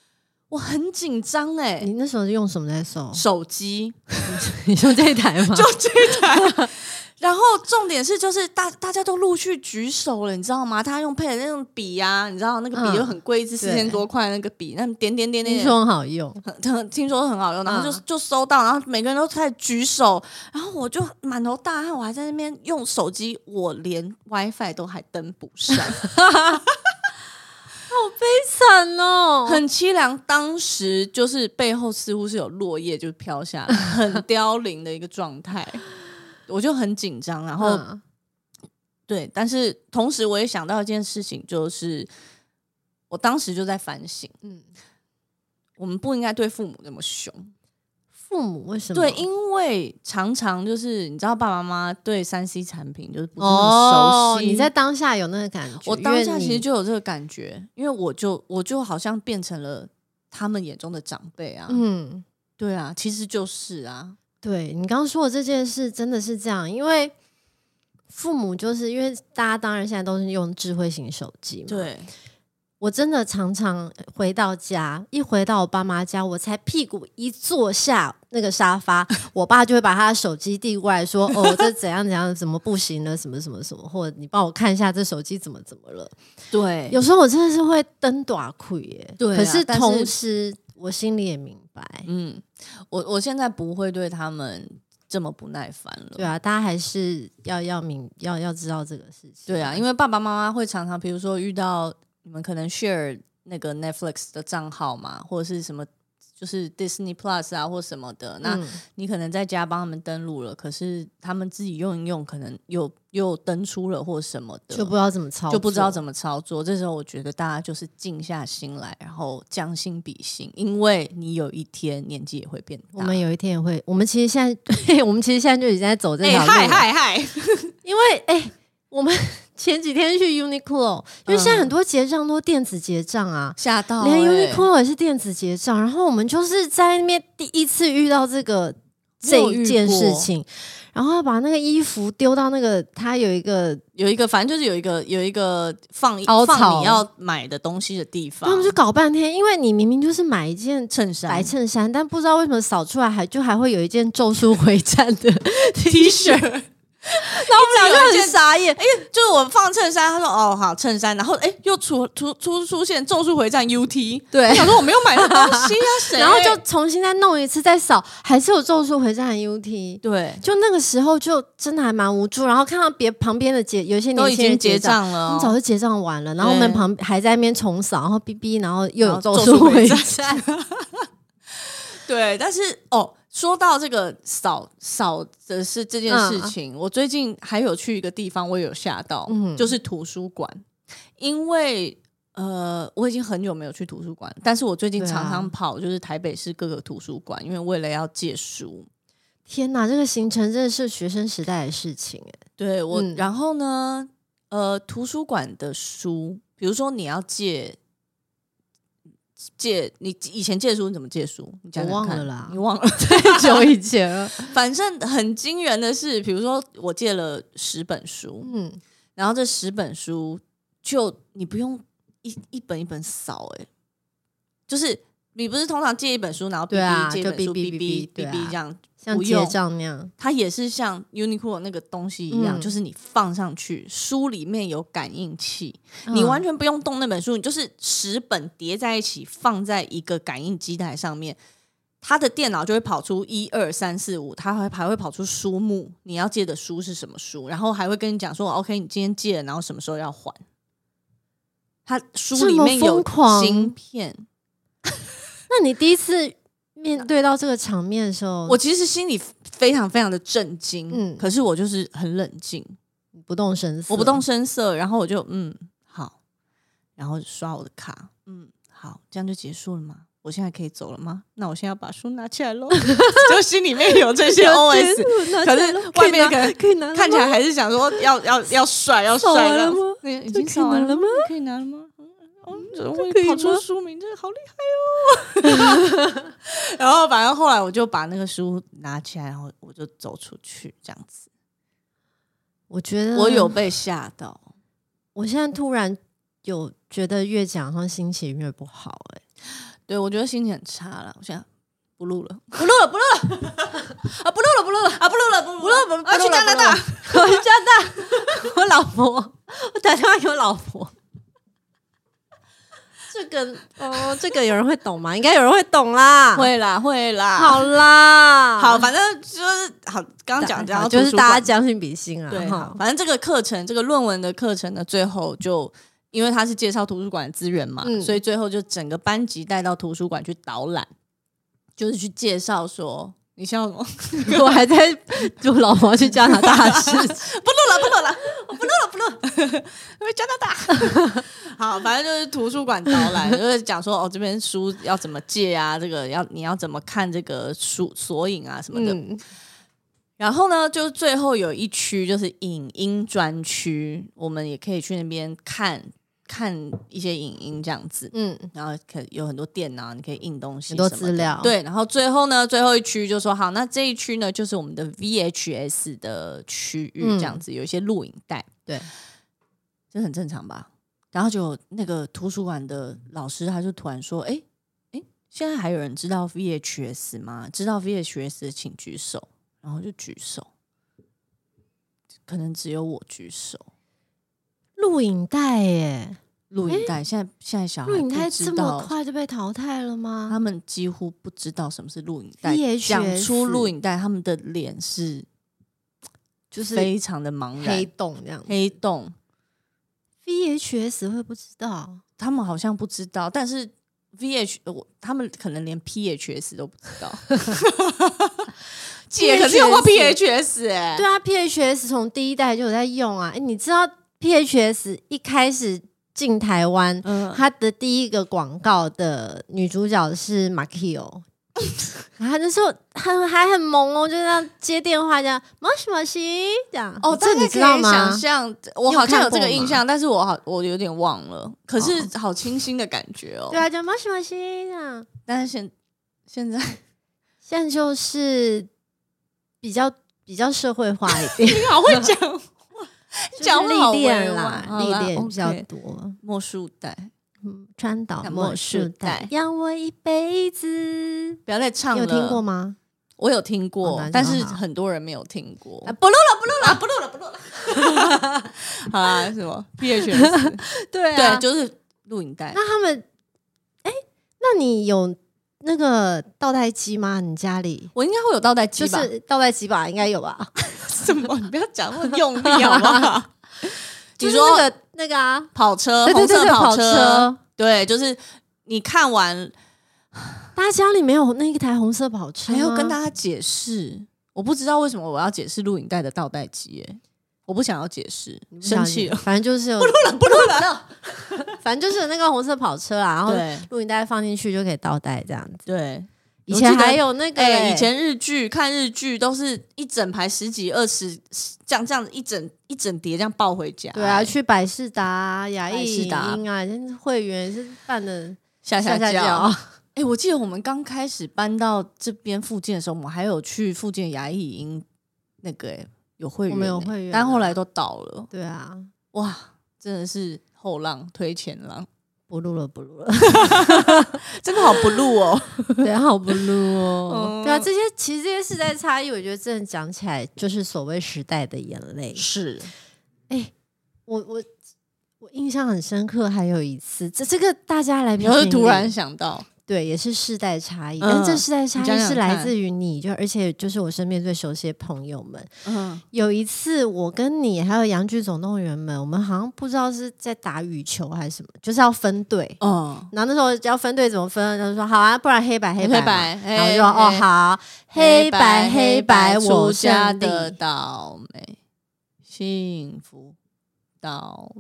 我很紧张哎、
你那时候是用什么在搜？
手机，
你用这一台 吗？
就这一台。然后重点是，就是大大家都陆续举手了，你知道吗？他用配的那种笔啊，你知道那个笔
嗯
又很贵，一支四
对
千多块那个笔，那点点点点
听
点，
说很好用。
很很听说很好用，然后就、
嗯
就收到，然后每个人都开始举手，然后我就满头大汗，我还在那边用手机，我连 WiFi 都还登不上，
惨哦，
很凄凉。当时就是背后似乎是有落叶就飘下来，很凋零的一个状态，我就很紧张。然后、
嗯
对，但是同时我也想到一件事情，就是我当时就在反省，
嗯，
我们不应该对父母那么凶。
父母为什么
对，因为常常就是你知道，爸爸妈妈对三 C 产品就是不是那么
哦
熟，悉。
你在当下有那个感觉，
我当
因
下
为你
其实就有这个感觉，因为我就我就好像变成了他们眼中的长辈啊。
嗯，
对啊，其实就是啊，
对你刚刚说的这件事真的是这样，因为父母就是因为大家当然现在都是用智慧型手机嘛，
对，
我真的常常回到家，一回到我爸妈家，我才屁股一坐下那个沙发，我爸就会把他的手机递过来说：“哦，这怎样怎样，怎么不行了，什么什么什么，或者你帮我看一下这手机怎么怎么了。”
对，
有时候我真的是会蹬短裤耶，
对啊
可是
但是
同时我心里也明白，
嗯，我我现在不会对他们这么不耐烦了。
对啊，大家还是要要明要要知道这个事情。
对啊，因为爸爸妈妈会常常，比如说遇到你们可能 share 那个 Netflix 的账号嘛，或者是什么，就是 Disney Plus 啊，或什么的。那
嗯
你可能在家帮他们登录了，可是他们自己用一用，可能又又登出了或什么的，
就不知道怎么操作，
就不知道怎
么
么操作。这时候我觉得大家就是静下心来，然后将心比心，因为你有一天年纪也会变大。
我们有一天也会，我们其实现在， 对，我们其实现在就已经在走这
哎
条路了。
嗨嗨嗨，
因为哎、我们 前几天去 Uniqlo，因为现
嗯
在很多结账都电子结账啊，
吓到、
连
欸！
Uniqlo 也是电子结账。然后我们就是在那边第一次遇到这个这一件事情，然后把那个衣服丢到那个，它有一个，
有一个，反正就是有一个有一个放
凹槽
放你要买的东西的地方
他，们就搞半天，因为你明明就是买一件。
衬
白
衫、
衬衫，但不知道为什么扫出来还就还会有一件《咒术回战》 的 T 恤，然后我们两
一直有
个
一件
很傻眼，
就是我放衬衫，他说哦好衬衫，然后哎又出出出出现《咒术回战》UT，
对
我想说我没有买那东 西啊，谁？
然后就重新再弄一次，再扫，还是有《咒术回战》的 UT。
对，
就那个时候，就真的还蛮无助。然后看到别旁边的结，有一些
都
年
已
轻人
经结
账，
账了
他
哦、
们早就结账完了。然后我们旁还在那边重扫，然后哔哔，然后又
然
有
后
咒
咒
术
术回
回
战
战。
对，但是哦，说到这个扫扫的是这件事情，我最近还有去一个地方，我也有吓到，
嗯
就是图书馆，因为呃，我已经很久没有去图书馆，但是我最近
对啊
常常跑就是台北市各个图书馆，因为为了要借书。
天哪，这个行程真的是学生时代的事情哎。
对我，
嗯
然后呢，呃，图书馆的书，比如说你要借。借你以前借书你怎么借书？你讲
我
讲
忘
看
了啦
你忘了太
太久以前了，
反正很惊人的是，比如说我借了十本书，
嗯，
然后这十本书就你不用一一本一本扫，哎，就是你不是通常借一本书，然后哔
对啊
哔借一本
就
书，
哔
哔
哔
哔
对
哔
啊
哔这样，
像
不
结
用
账那样，
它也是像 Uniqlo 那个东西一样，
嗯
就是你放上去，书里面有感应器，你
嗯
完全不用动那本书，你就是十本叠在一起放在一个感应机台上面，它的电脑就会跑出一二三四五，它还还会跑出书目，你要借的书是什么书，然后还会跟你讲说，OK，你今哦天借了，然后什么时候要还。它书里面
这么
有
疯狂
芯片，
那你第一次面对到这个场面的时候，
我其实心里非常非常的震惊，
嗯
可是我就是很冷静，
不动声色，
我不动声色，然后我就嗯好，然后刷我的卡，嗯好，这样就结束了吗？我现在可以走了吗？那我现在要把书拿起 来喽，就心里面有这些 OS，可是外面可能
可以拿
看起来还是想说要要要甩要
扫
甩
完了
的
吗，
那已
这
经
可以
扫完
拿了
吗？可以拿了吗？嗯哦，怎么
可
会
以
跑出
吗
书名？这好厉害哦！ 然后反正后来我就把那个书拿起来，然后我就走出去，这样子。
我觉得
我有，被吓到，
我现在突然有觉得越讲好像心情越不好、欸，
对，我觉得心情很差了。我现在不录了，不录了，不录了，啊，不录了，不录了，啊，不录了，不录了，我要去加拿大。
我 真的， 我老婆，我打电话给我老婆。这个哦，这个有人会懂吗？应该有人会懂啦。，
会啦，会啦，
好啦，
好，反正就是好，刚刚讲
好
讲
就是大家
家
将心比心啊。
对，
哈
好反正这个课程，这个论文的课程呢，最后就因为他是介绍图书馆的资源嘛，
嗯
所以最后就整个班级带到图书馆去导览，就是去介绍说你笑 什么？
我还在就老毛去加拿大的事情，
不录了，不 录了，我不录了，不录了，因为加拿大。 好，反正就是图书馆导览，就是讲说哦，这边书要怎么借啊，这个要你要怎么看这个书索引啊什么的。
嗯，
然后呢，就最后有一区就是影音专区，我们也可以去那边看看一些影音这样子。
嗯，
然后可有很多店啊，你可以印东西，
很多资。料，，
对，然后最后呢，最后一区就说好，那这一区呢就是我们的 VHS 的区域，
嗯
这样子、有一些录影带，
对，
这很正常吧？然后就那个图书馆的老师他就突然说，哎哎，现在还有人知道 VHS 吗？知道 VHS 的请举手，然后就举手，可能只有我举手。
录影带耶，
录影带现在现在小孩
录影带
不知
这么
道
快就被淘汰了吗
他？们几乎不知道什么是录影带，
VHS
讲出录影带，他们的脸是
就是
非常的茫然、
黑
黑
洞这样子
洞。
，VHS 会不知道，
他们好像不知道，但是 VH 呃我他们可能连 PHS 都不知 道。姐可是 用过 PHS 哎、
对啊，PHS 从第一代就有在用啊，哎，你知道 PHS 一开始进台湾，
嗯，
他的第一个广告的女主角是马 k i o 然后那时候他还很萌哦，就这样接电话这样，么西么西这样。
哦，
这你知道
大家可以
吗
想？象我
你有
好像有
看过
这个印
吗哦
象，但是我好我有点忘了。可是好清新的感觉哦。
对，啊，叫么西么西这样。
但是现 现在
现在就是比较比较社会化一点，
你好会讲
就是
讲话好
历练
委
啦
婉，好
历
啦
练比较
OK
多。
莫树袋，
嗯，川岛
看
茉
莫树
树
袋
袋，养我一辈子。
不要再唱
你
了。
有听过？吗？
我有听
哦
过，
那就
但是
好
很多人没有听过。
啊，不录了，
好啦，什么 PHS？
对啊
对，就是录影带。
那他们，哎、那你有那个倒带机吗？你家里
我应该会有倒带机
就
吧？
是倒带机吧，应该有 吧？
什么？你不要讲那么用力好不 好？
就
你
是
说
那个那个啊，
跑车，
对对
红
对
色
对，跑
车，，对，就是你看完
大家家里没有那一台红色跑车啊
还
吗，
要跟大家解释。我不知道为什么我要解释录影带的倒带机，耶我不想要解释，
你不想
生气了。
反正就是有，
不录 了。
反正就是有那个红色跑车啊，然后
对
录影带放进去就可以倒带这样子。
对，
以前
我记得
还有那个、
哎、以前日剧看日剧都是一整排十几二十，这样这样一整一整叠这样抱回家、
对啊，
哎
去百事达啊、雅
百
艺
事
影
达
音啊，人家会员是办的
吓吓
吓
叫。哎、我记得我们刚开始搬到这边附近的时候，我们还有去附近的牙医营那个、哎，有会员、
我们有
哎
会员
但后
啊
来都倒了。
对啊，
哇，真的是后浪推前 浪，
不录了，不录了。
真的好不入哦。
对，好不撸哦
嗯。
对啊，这些其实这些世代差异，我觉得真的讲起来就是所谓时代的眼泪。
是，
我我我印象很深刻，还有一次，这这个大家来
然后
评
突然
理
想到，
对，也是世代差异，
嗯
但这世代差
你讲
异
讲
是来
看
自于你，就而且就是我身边最熟悉的朋友们。
嗯，
有一次，我跟你还有《洋剧总动员》们，我们好像不知道是在打羽球还是什么，就是要分队。
哦，
然后那时候要分队怎么分，他就说好啊，不然黑白黑白
黑
嘛
白，
然后
哎
就说哦
哎
好，黑白黑白，我
出家
胜
的
利。
倒霉，幸福倒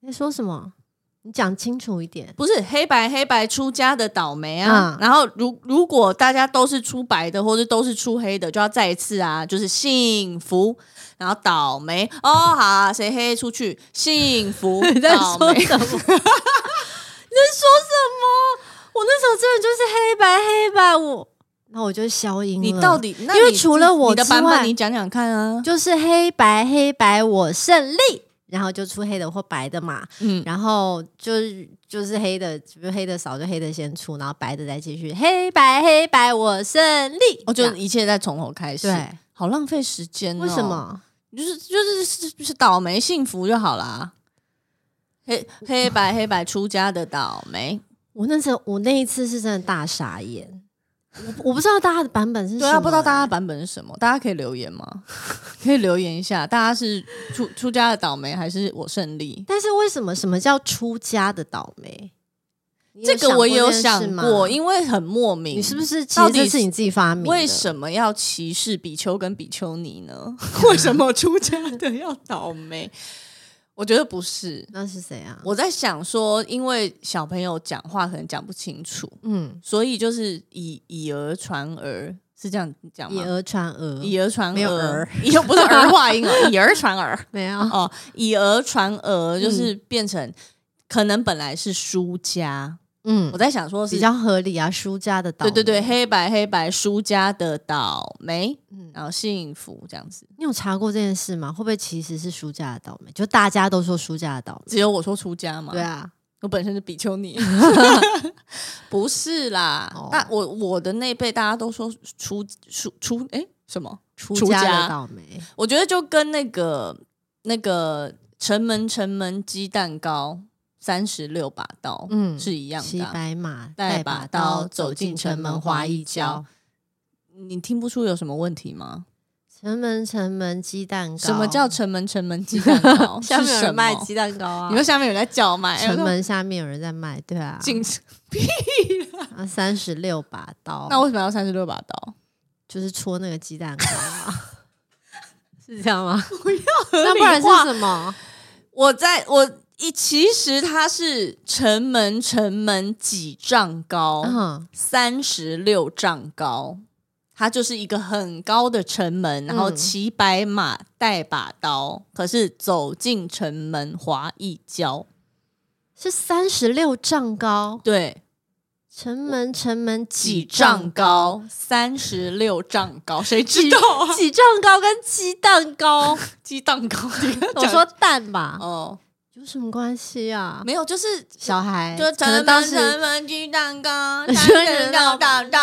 你在说什么？你讲清楚一点。
不是黑白黑白出家的倒霉啊。
嗯
然后如如果大家都是出白的，或者都是出黑的，就要再一次啊，就是幸福，然后倒霉哦，好啊、谁黑出去，幸福倒霉。
什么？你在说什么？我那时候真的就是黑白黑白，我然后我就消音了。
你到底那
嗯因为
你
除
自
了我
你的
之
版
外
本，你讲讲看啊。
就是黑白黑白，我胜利。然后就出黑的或白的嘛，
嗯，
然后就是就是黑的，就是黑的少就黑的先出，然后白的再继续黑白黑白我胜利。这
哦，就
样
一切再从头开始，
对，
好浪费时间、哦。
为什？么？
就是就是是是倒霉幸福就好啦。黑黑白黑白出家的倒霉，
我那时候，我那一次是真的大傻眼，我不知道大家的版本是什
对
么、
啊，不知道大家版本是什么，大家可以留言吗？ 可以留言一下，大家是出出家的倒霉，还是我胜利？
但是为什么什么叫出家的倒霉？你
这个我也有
件事
想
吗
过，因为很莫名。
你是不是其
到
实
底
这是你自己发明的？
为什么要歧视比丘跟比丘尼呢？ 为什么出家的要倒霉？我觉得不是。
那是谁啊？
我在想说，因为小朋友讲话可能讲不清楚，
嗯，
所以就是以以讹传讹，是这样讲
以
吗？
讹传讹，
以讹传
没有
讹
儿，
以又不是儿化音哦，以讹传讹
没 有
哦，以讹传
嗯
讹就是变成、可能本来是输家，
嗯
我，在想说是
比较合理啊，输家的倒
对
霉。
对对，黑白黑白输家的倒霉，
嗯
然后幸福这样子，
你有查过这件事吗？会不会其实是输家的倒霉？就大家都说输家的倒霉。
只有我说出家嘛，
对，啊，
我本身是比丘 尼，不是啦
哦，
那、我我的那辈大家都说出出出哎什么？
出
出
家
家
的倒霉。
我觉得就跟那个那个城门城门鸡蛋糕三十六把刀，
嗯
是一样
骑
的啊、
白马
带把
把
刀
刀，
走
走
进
进
城
城
门
门
滑
花
一
一
跤
跤。
你听不出有什么问题吗？
城门城门鸡蛋糕。
什么叫城门城门鸡蛋 糕？
下面
是
有
什
人卖
么
鸡蛋糕啊？
你说下面有人在叫卖？哎
城门下面有人在卖，对啊
我，进，
三十六把刀，
哎那为什么要三十六把刀？
就是戳那个鸡蛋糕 啊，是这样吗？
那
那不然是什么？
我在我一其实它是城门城门几丈高，
嗯
三十六丈高，它就是一个很高的城门，然后
嗯
骑白马带把刀，可是走进城门滑一跤，
是三十六丈高，
对，
城门城门 几
几丈
丈
高，三十六丈高，谁知道啊？
几丈高跟鸡蛋 糕，
鸡蛋糕，
我说蛋吧，
哦，
有什么关系啊？
没有，就是
小孩
就
可
城
能
门
当
城
时
门鸡蛋 糕，
你
三
说
十六丈高。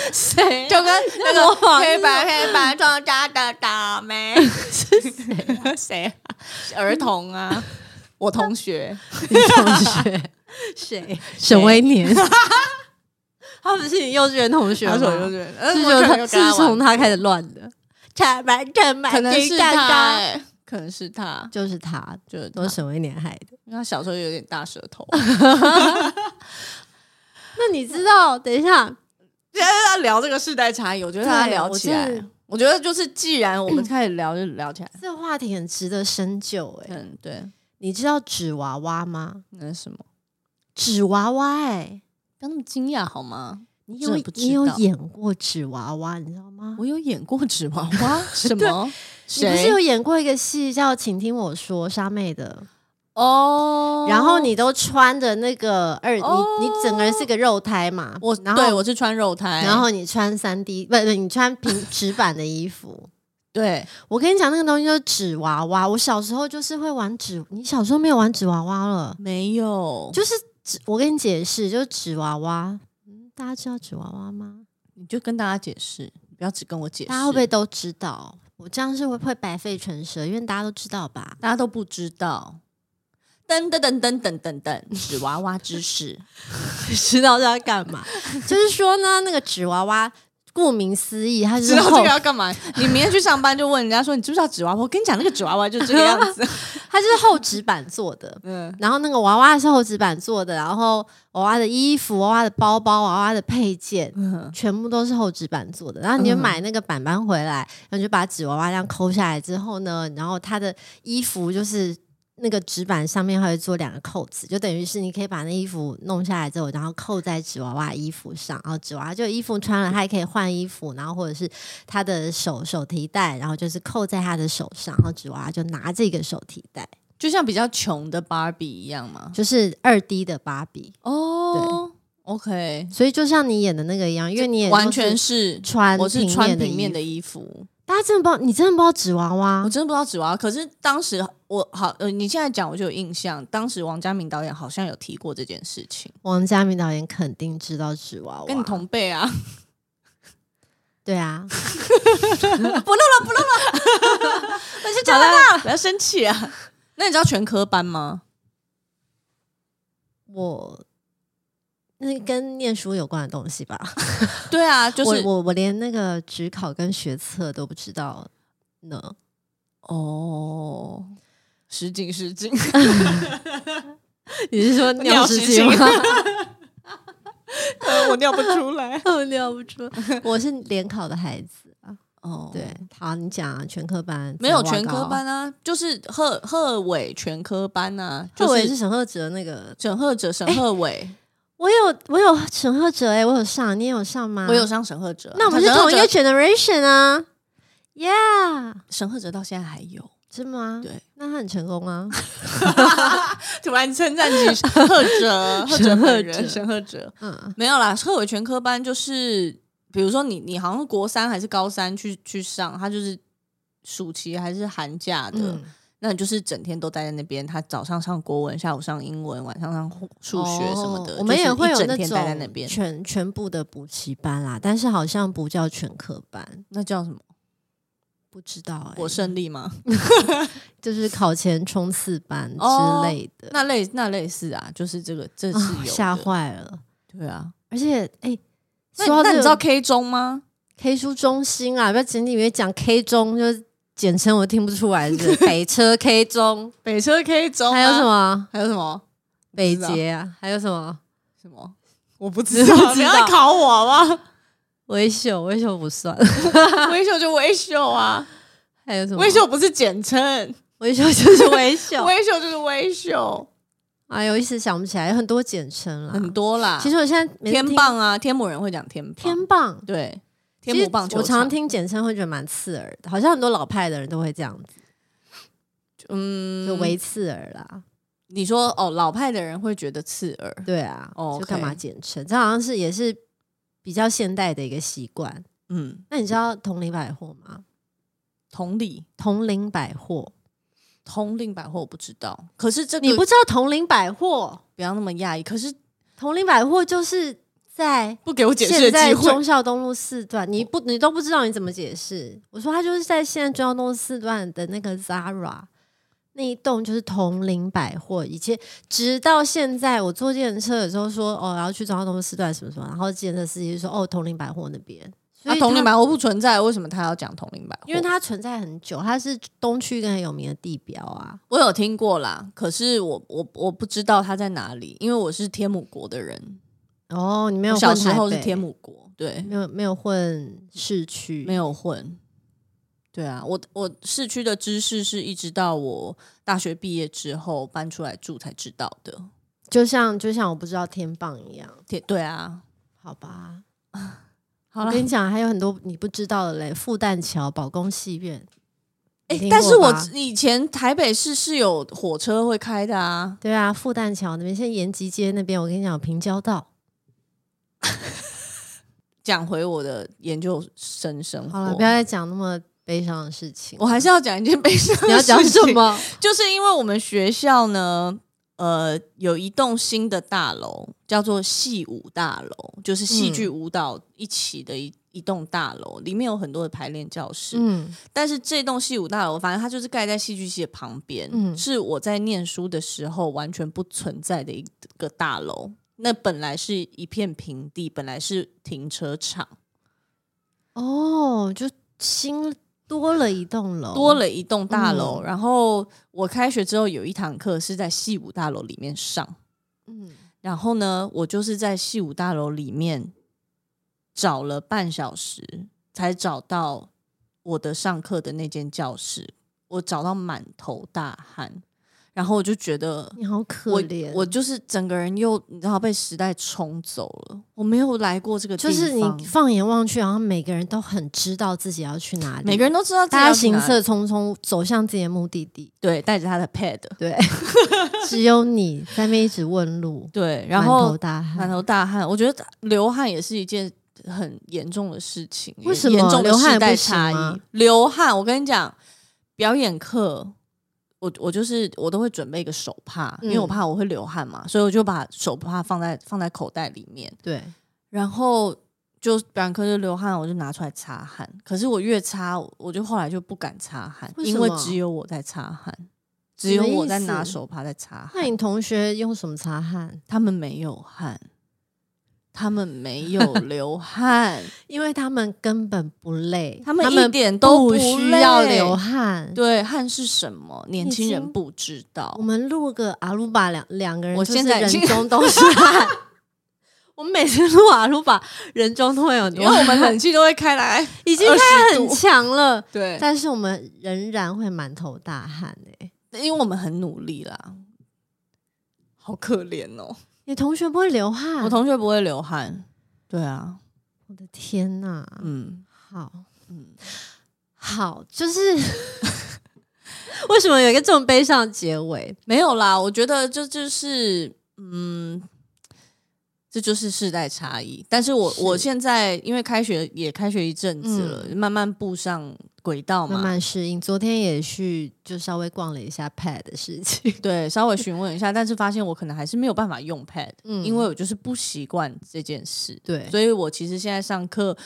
谁啊
就跟那
那模
个
仿
黑白黑白装家的倒霉是谁、啊？谁、啊？儿童啊，我同学，
同 学
谁？
沈威年， 他不是你幼稚园同学
他
吗？
是我幼稚园，呃
是
我可能
从
有跟他
是从
玩
他开始乱的，铲板铲板
可能是
蛋
他、
糕，
欸，可能是他，
就是他，
就是他
都是沈威年害的。
因为他小时候有点大舌头，
那你知 道？等一下，
现在他聊这个世代差异，我觉得他
对
聊
我
起
真
来
的，
我觉得就是既然我们 开始聊，就聊起来。
这个话题很值得深究哎、
嗯，对，
你知道纸娃娃吗？
那是什么？
纸娃娃哎、
不要那么惊讶好吗？
你
真
有
的不知道
你有演过纸娃娃，你知道吗？
我有演过纸娃 娃，什
你
么？
不是
谁
有？演过一个戏叫《请听我说》沙妹的，
哦
然后你都穿着那个二，
哦
你你整个人是个肉胎嘛？
我
然后
对我是穿肉胎，
然后你穿三 D 不不，你穿平纸板的衣服。
对
我跟你讲，那个东西就是纸娃娃。我小时候就是会玩纸，你小时候没有玩纸娃娃了？
没有，就
就是纸，我跟你解释，就是纸娃娃。嗯，大家知道纸娃娃吗？
你就跟大家解释，你不要只跟我解释，
大家会不会都知道？我这样是会会白费唇舌，因为大家都知道吧？
大家都不知道？噔噔噔噔噔噔噔，纸娃娃知识，
知道这要干嘛？ 就是说呢，那个纸娃娃，顾名思义，它就
知
是
道这
后
个要干嘛？你明天去上班就问人家说，你知不知道纸娃娃？我跟你讲，那个纸娃娃就是这个样子，
它就是厚纸板做的。
嗯，
然后那个娃娃是厚纸板做的，然后娃娃的衣服、娃娃的包包、娃娃的配件，全部都是厚纸板做的。然后你就
嗯
买那个板板回来，然后你就把纸娃娃这样抠下来之后呢，然后它的衣服就是那个纸板上面还会做两个扣子，就等于是你可以把那衣服弄下来之后，然后扣在纸娃娃衣服上，然后纸娃娃就衣服穿了，它也可以换衣服，然后或者是它的手手提袋，然后就是扣在它的手上，然后纸娃娃就拿这个手提袋，
就像比较穷的芭比一样嘛。
就是二 D 的芭比。
哦，OK，
所以就像你演的那个一样，因为你也
完
都
全
是
是。
穿
我是穿平
平
面
面
的
的衣
衣服，
服，大家真的不知道，你真的不知道纸娃
我
娃，
真的不知道纸娃娃。可是当时我好，呃，你现在讲我就有印象，当时王家明导演好像有提过这件事情。
王家明导演肯定知道纸娃娃，
跟你同辈 啊，
对啊，
那就讲了，不要生气啊。那你知道全科班吗？
我那跟念书有关的东西吧。
对啊，就是
我我我连那个职考跟学测都不知 道呢。
哦，失敬失敬，
你 是说
尿
失
失
禁
禁
吗？
呃 我尿不出来。
我尿不 出来，我是联考的孩子。
哦，
对，，好，你讲啊，全科班
没有全科，班啊，就是贺贺伟全科班啊，
这
就
我也是
是
沈鹤哲那个。
沈鹤哲、沈鹤伟，
我有我有沈鹤哲哎、我有上，你也有上吗？
我有。上沈鹤哲，
嗯
啊
那我们是
沈鹤
同一个
哲，
generation 啊，Yeah，
沈鹤哲到现在还有。
是吗？
对，
那他很成功 啊。
突然称赞起贺 哲，贺哲本人，
沈
沈鹤哲
嗯，
没有啦，贺伟全科班就是，比如说你你好像国三还是高三去去上，他就是暑期还是寒假的，
嗯
那你就是整天都待在那边，他早上上国文，下午上英文，晚上上数学什么的，
哦我们
就是
也会有
一
那
整天待在那
种
边，
全全部的补习班啦，但是好像不叫全科班，
那叫什么？
不知道哎、
我胜利吗？
就是考前冲刺班
哦
之类的，
那类那类似啊，就是这个这是
啊
有的
吓坏了。
对啊。
而且哎，
那
说到
那你
这
知
个
道 K 中吗？
K 书中心啊，不要简里面讲 K 中，就是简称我听不出来是 不是北车 K 中，
北车 K 中啊
还有什？ 么
还有什么？
北
知道
捷啊，还有什么
什么？我不知道，
不知道
你要来考我吗？
微秀，微秀不算，
微秀就微秀 啊，
还有什么
微秀不是简称，
微秀就是微秀，
微秀就是微秀，
哎呦，一时想不起来，有很多简称啦。
啊很多啦。
其实我现在每次
嗯天
听
棒啊，天母人会讲天棒，
天棒，
对
其
天
实
母棒球
我常
场
常听简称会觉得蛮刺耳的，好像很多老派的人都会这样子，
嗯
就为刺耳啦。
你说哦，老派的人会觉得刺耳，
对啊，就
哦 OK
干嘛简称？这好像是也是比较现代的一个习惯。
嗯，
那你知道同林百货吗？
同理，
同林百货，
同令百货我不知道，可是这个
你不知道同林百货？
不要那么讶异，可是
同林百货就是在
不给我解释
现
的
在
机会，啊
忠孝东路四段，你不你都不知道你怎么解释？我说它就是在现在忠孝东路四段的那个 Zara 那一栋，就是同林百货。以前直到现在，我坐电车的时候说哦，然后去忠孝东路四段什么什么，然后电车司机就说哦，同林百货那边。所
那
以
啊同令
它
百货不存在，为什么他要讲同令百货？
因为它存在很久，它是东区一个很有名的地标啊。
我有听过啦，可是我我我不知道他在哪里，因为我是天母国的人，
哦，你没有
我小
混
时
台
候是
北
天，母国，对，
没有没有混市区，
没有混。对啊，我我市区的知识是一直到我大学毕业之后搬出来住才知道的。
就像就像我不知道天棒一样，
对对啊，
好吧。
好
我
了，
跟你讲，还有很多你不知道的嘞，复旦桥、保工戏院。
哎、
你听
但是
过
我
吧
以前台北市是有火车会开的啊，
对啊，复旦桥那边，现在延吉街那边，我跟你讲，有平交道。
讲回我的研究生生
好了，
活
不，要再讲那么悲伤的事情。
我还是要讲一件悲伤。
你要讲什？么？
就是因为我们学校呢，呃，有一栋新的大楼，叫做戏舞大楼，就是戏剧舞蹈一起的一、一栋大楼，里面有很多的排练教室。
嗯
但是这栋戏舞大楼，反正它就是盖在戏剧系的旁边，
嗯
是我在念书的时候完全不存在的一个大楼。那本来是一片平地，本来是停车场，
哦，就新多了一栋楼，
多了一栋大楼。
嗯
然后我开学之后有一堂课是在戏舞大楼里面上，
嗯
然后呢，我就是在戏舞大楼里面找了半小时，才找到我的上课的那间教室。我找到满头大汗，然后我就觉得
你好可
我
怜。
我就是整个人又你知道被时代冲走了。我没有来过这个地
就
方，
是你放眼望去，好像每个人都很知道自己要去哪里，
每个人都知道自己
大家
要去
行
哪里
色匆匆走向自己的目的地。
对，带着他的 pad
对， 只有你在那边一直问路，
对，然
满
后
头大汗
满。头大汗，我觉得流汗也是一件很严重的事情，
为什么
严重的
流汗
世代
不行
差
吗
异？流汗，我跟你讲，表演课。我我就是我都会准备一个手帕，因为我
嗯
怕我会流汗嘛，所以我就把手帕放在放在口袋里面，
对，
然后就表演课就流汗，我就拿出来擦汗。可是我越擦，我就后来就不敢擦汗，
为
因
什
为
么
只有我在擦汗，只
什
有
么
我
意
在拿
思
手帕在擦汗，
那你同学用什么擦汗？
他们没有汗。他们没有流汗，
因为他们根本不累，
他们一点都
不
不
需要
累
流汗。
对汗是什么？年
已
轻人
经
不知道
我。们录个阿鲁巴两两个人，
我
就
现
是
在已
人
经
中都是 汗。我们每次录阿鲁巴，人中都会有
因
牛
为，我们冷气都会开来，
已经
20
开
度
很强了，
对，
但是我们仍然会满头大汗哎、
因为我们很努力啦，好可怜 哦。
你同学不会流汗？
我同学不会流汗，对啊，
我的天呐！
嗯
好
嗯，
好，就是 为什么有一个这么悲伤的结尾？
没有啦。我觉得这就是，嗯，这就是世代差异。但是嗯我
是
我现在因为开学也开学一阵子了，慢慢步上轨道嘛，
慢慢适应。昨天也去就稍微逛了一下 Pad 的事情，
对，稍微询问一下，但是发现我可能还是没有办法用 Pad，、
嗯
因为我就是不习惯这件事。
对
所以我其实现在上课，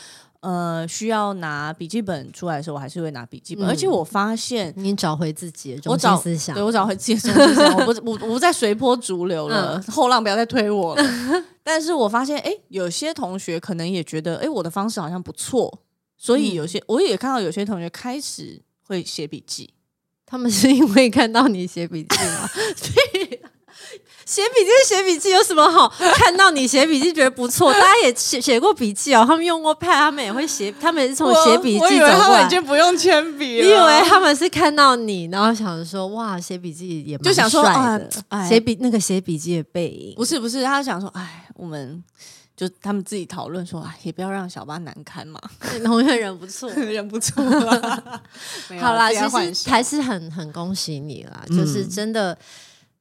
呃，需要拿笔记本出来的时候，我还是会拿笔记本，
嗯
而且我发现。
你找回自己的
我
中
找
心思想，
对我找回自己的中心思想，我不我我不再随波逐流了，
嗯
后浪不要再推 我了。但是我发现，哎，有些同学可能也觉得，哎，我的方式好像不错，所以
嗯
有些、我也看到有些同学开始会写笔记，
他们是因为看到你写笔记吗？ 对写笔记是写笔记有什么好？看到你写笔记觉得不错，大家也写写过笔记哦，他们用过 Pad，他们也会写，他们也是从写笔记
我
走
我以
过
为他们
来
已。经不用铅笔了，
你以为他们是看到你，然后想说哇，写笔记也蛮
就想说
帅
啊
的
哎
写笔那个写笔记的背影，
不是不是，他想说，哎，我们就他们自己讨论说，哎，也不要让小巴难堪嘛，
同学人不错。
忍不啊住了。
好啦，
自己
其
幻
实
想嗯
还是很很恭喜你啦，就是真的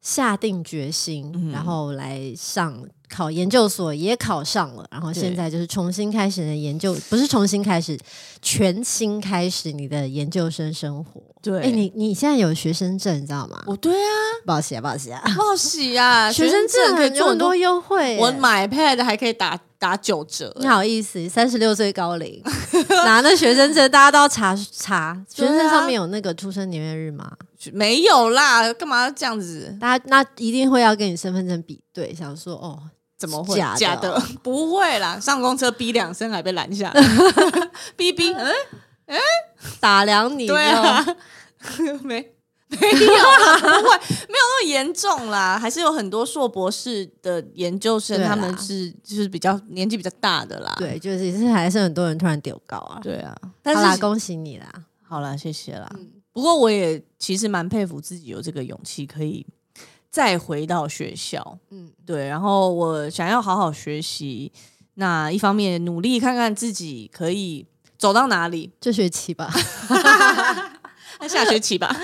下定决心，然后来上考研究所，也考上了，然后
对
现在就是重新开始你的研究，不是重新开始，全新开始你的研究生生活。
对
哎、你你现在有学生证，你知道吗？
我对啊，
不好写，不好写啊！
报喜 啊，
学生证
可以
很有
做
很多优惠耶、
我买 pad 还可以打打九折，
你好意思，三十六岁高龄 拿那学生证，大家都要查查学生
对
证
啊
上面有那个出生年月日吗？
没有啦，干嘛要这样子？
大家那一定会要跟你身份证比对，想说哦，
怎么会
假的
假的？ 不会啦，上公车逼两声还被拦 下来， 逼逼，嗯，
打量你，
对啊， 没 没有啦，不会，没有那么严重啦，还是有很多硕博士的研究生，
对啦
他们是就是比较年纪比较大的啦。
对，啊就是也是还是很多人突然丢高啊。
对啊，
好
但
啦，
是
恭喜你啦！
好啦，谢谢啦。
嗯
不过我也其实蛮佩服自己有这个勇气，可以再回到学校。
嗯，
对，然后我想要好好学习，那一方面努力看看自己可以走到哪里，
这学期 吧，
那下学期吧。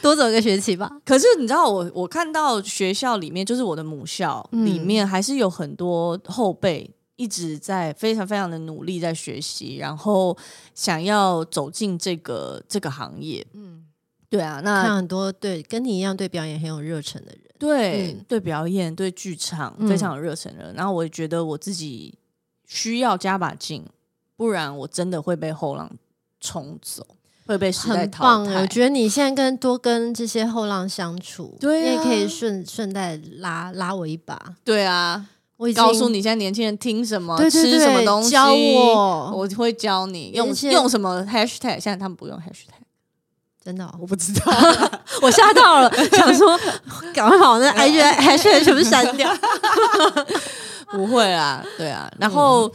多走一个学期吧。
可是你知道我，我看到学校里面，就是我的母校、
嗯
里面，还是有很多后辈一直在非常非常的努力在学习，然后想要走进这个这个行业。
嗯，
对啊，
看
那
很多对跟你一样对表演很有热忱的人，
对、
嗯
对表演、对剧场
嗯
非常有热忱的人，然后我也觉得我自己需要加把劲，不然我真的会被后浪冲走，会被时代
很
淘
棒。啊
汰。
我觉得你现在跟多跟这些后浪相处，
对啊
你也可以顺顺带拉拉我一把。
对啊，
我已经
告诉你现在年轻人听什么、
对对对
吃什么东西，
教我
我会教你用
而且
用什么 hashtag。现在他们不用 hashtag，
真的哦、
我不知道。
我吓到了，想说赶快把我那 H
嗯
H H 全部删掉。
不会啦，对啊。然后、
嗯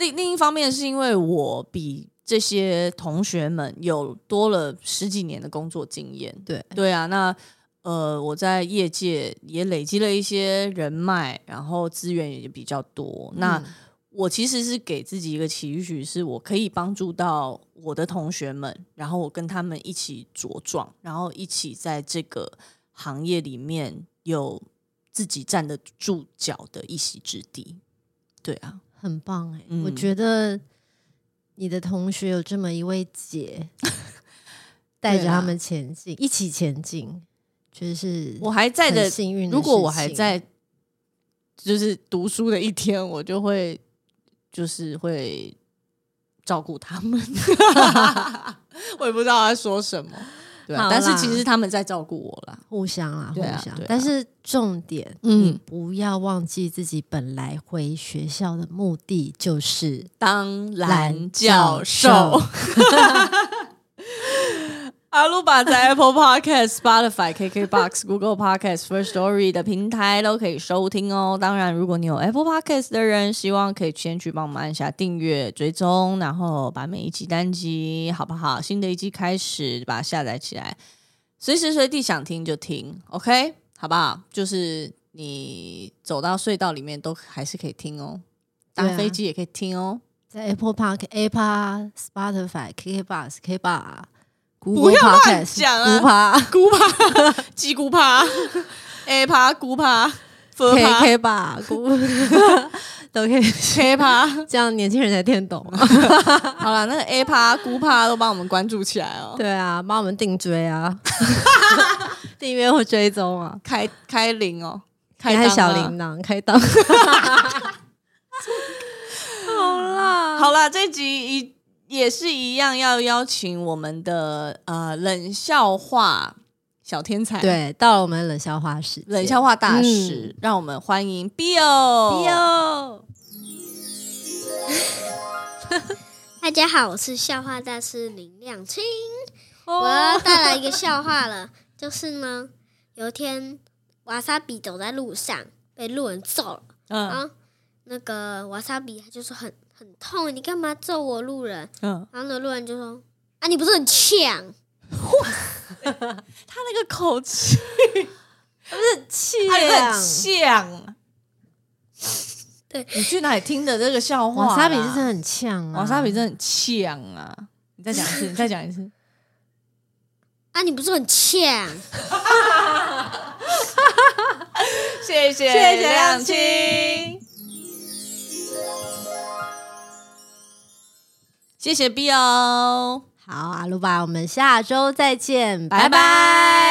另另一方面是因为我比这些同学们有多了十几年的工作经验，
对，
对啊。那呃，我在业界也累积了一些人脉，然后资源也比较多。那、
嗯
我其实是给自己一个期许，是我可以帮助到我的同学们，然后我跟他们一起茁壮，然后一起在这个行业里面有自己站得住脚的一席之地。对啊，
很棒哎、
嗯
我觉得你的同学有这么一位 姐带着他们前进，一起前进，就是
啊我还在
很
的，
幸运的
如果我
事
还
情
在，就是读书的一天，我就会就是会 照顾他们。我也不知道他说什么。对
好
啊，
啦
但是其实他们在照顾我啦。
互相啊，互
对啊
相。
对啊
但是重点，
嗯
你不要忘记自己本来回学校的目的就是
当
蓝
蓝
教
教
授
授。阿鲁巴在 Apple Podcast、Spotify、KKBox、Google Podcast、First Story 的平台都可以收听哦。当然，如果你有 Apple Podcast 的人，希望可以先去帮我们按下订阅、追踪，然后把每一集单集好不好？新的一季开始，把它下载起来，随时随地想听就听，OK，好不好？就是你走到隧道里面都还是可以听哦，搭
对啊
飞机也可以听哦。
在 Apple Park、Apple、Spotify、KKBox、K Bar、
不
Google
要乱
Podcast、
讲啊
不怕
咕趴，鸡咕 趴，A 趴咕趴，F 趴
KK 吧，都可以，
K 趴。
这样年轻人才听得懂。啊
好了，那 个 A 趴咕趴都帮我们关注起来 哦。
对啊，帮我们定追啊， 订阅或追踪啊，
开开铃哦，开
开
当啊
小铃。铛，开档。 好啦，
好啦，这集一也是一样，要邀请我们的呃冷笑话小天才，，
对，到了我们冷笑话时间，
冷笑话大师，让我们欢迎
哎
Bill。哦
哟，
大家好，我是笑话大师林亮清，我
哦
要带来一个笑话了，就是呢， 有一天瓦萨比走在路上被路人揍了，然
嗯
后那个瓦萨比他就说很很痛，你干嘛揍我路人？
嗯，
然后呢，路人就说啊，你不是很呛？
他那个口气，
气
他
量
哎很。 像。
对，
你去哪里听的这个笑话啦？
瓦萨比是真的很呛啊！
瓦萨比真的很呛啊！你再讲一次，你再讲一次。
啊，你不是很呛？
谢谢，
谢谢
亮
亮
青。谢谢 B 哦，
好，阿鲁巴，我们下周再见，
拜
拜拜
哦拜。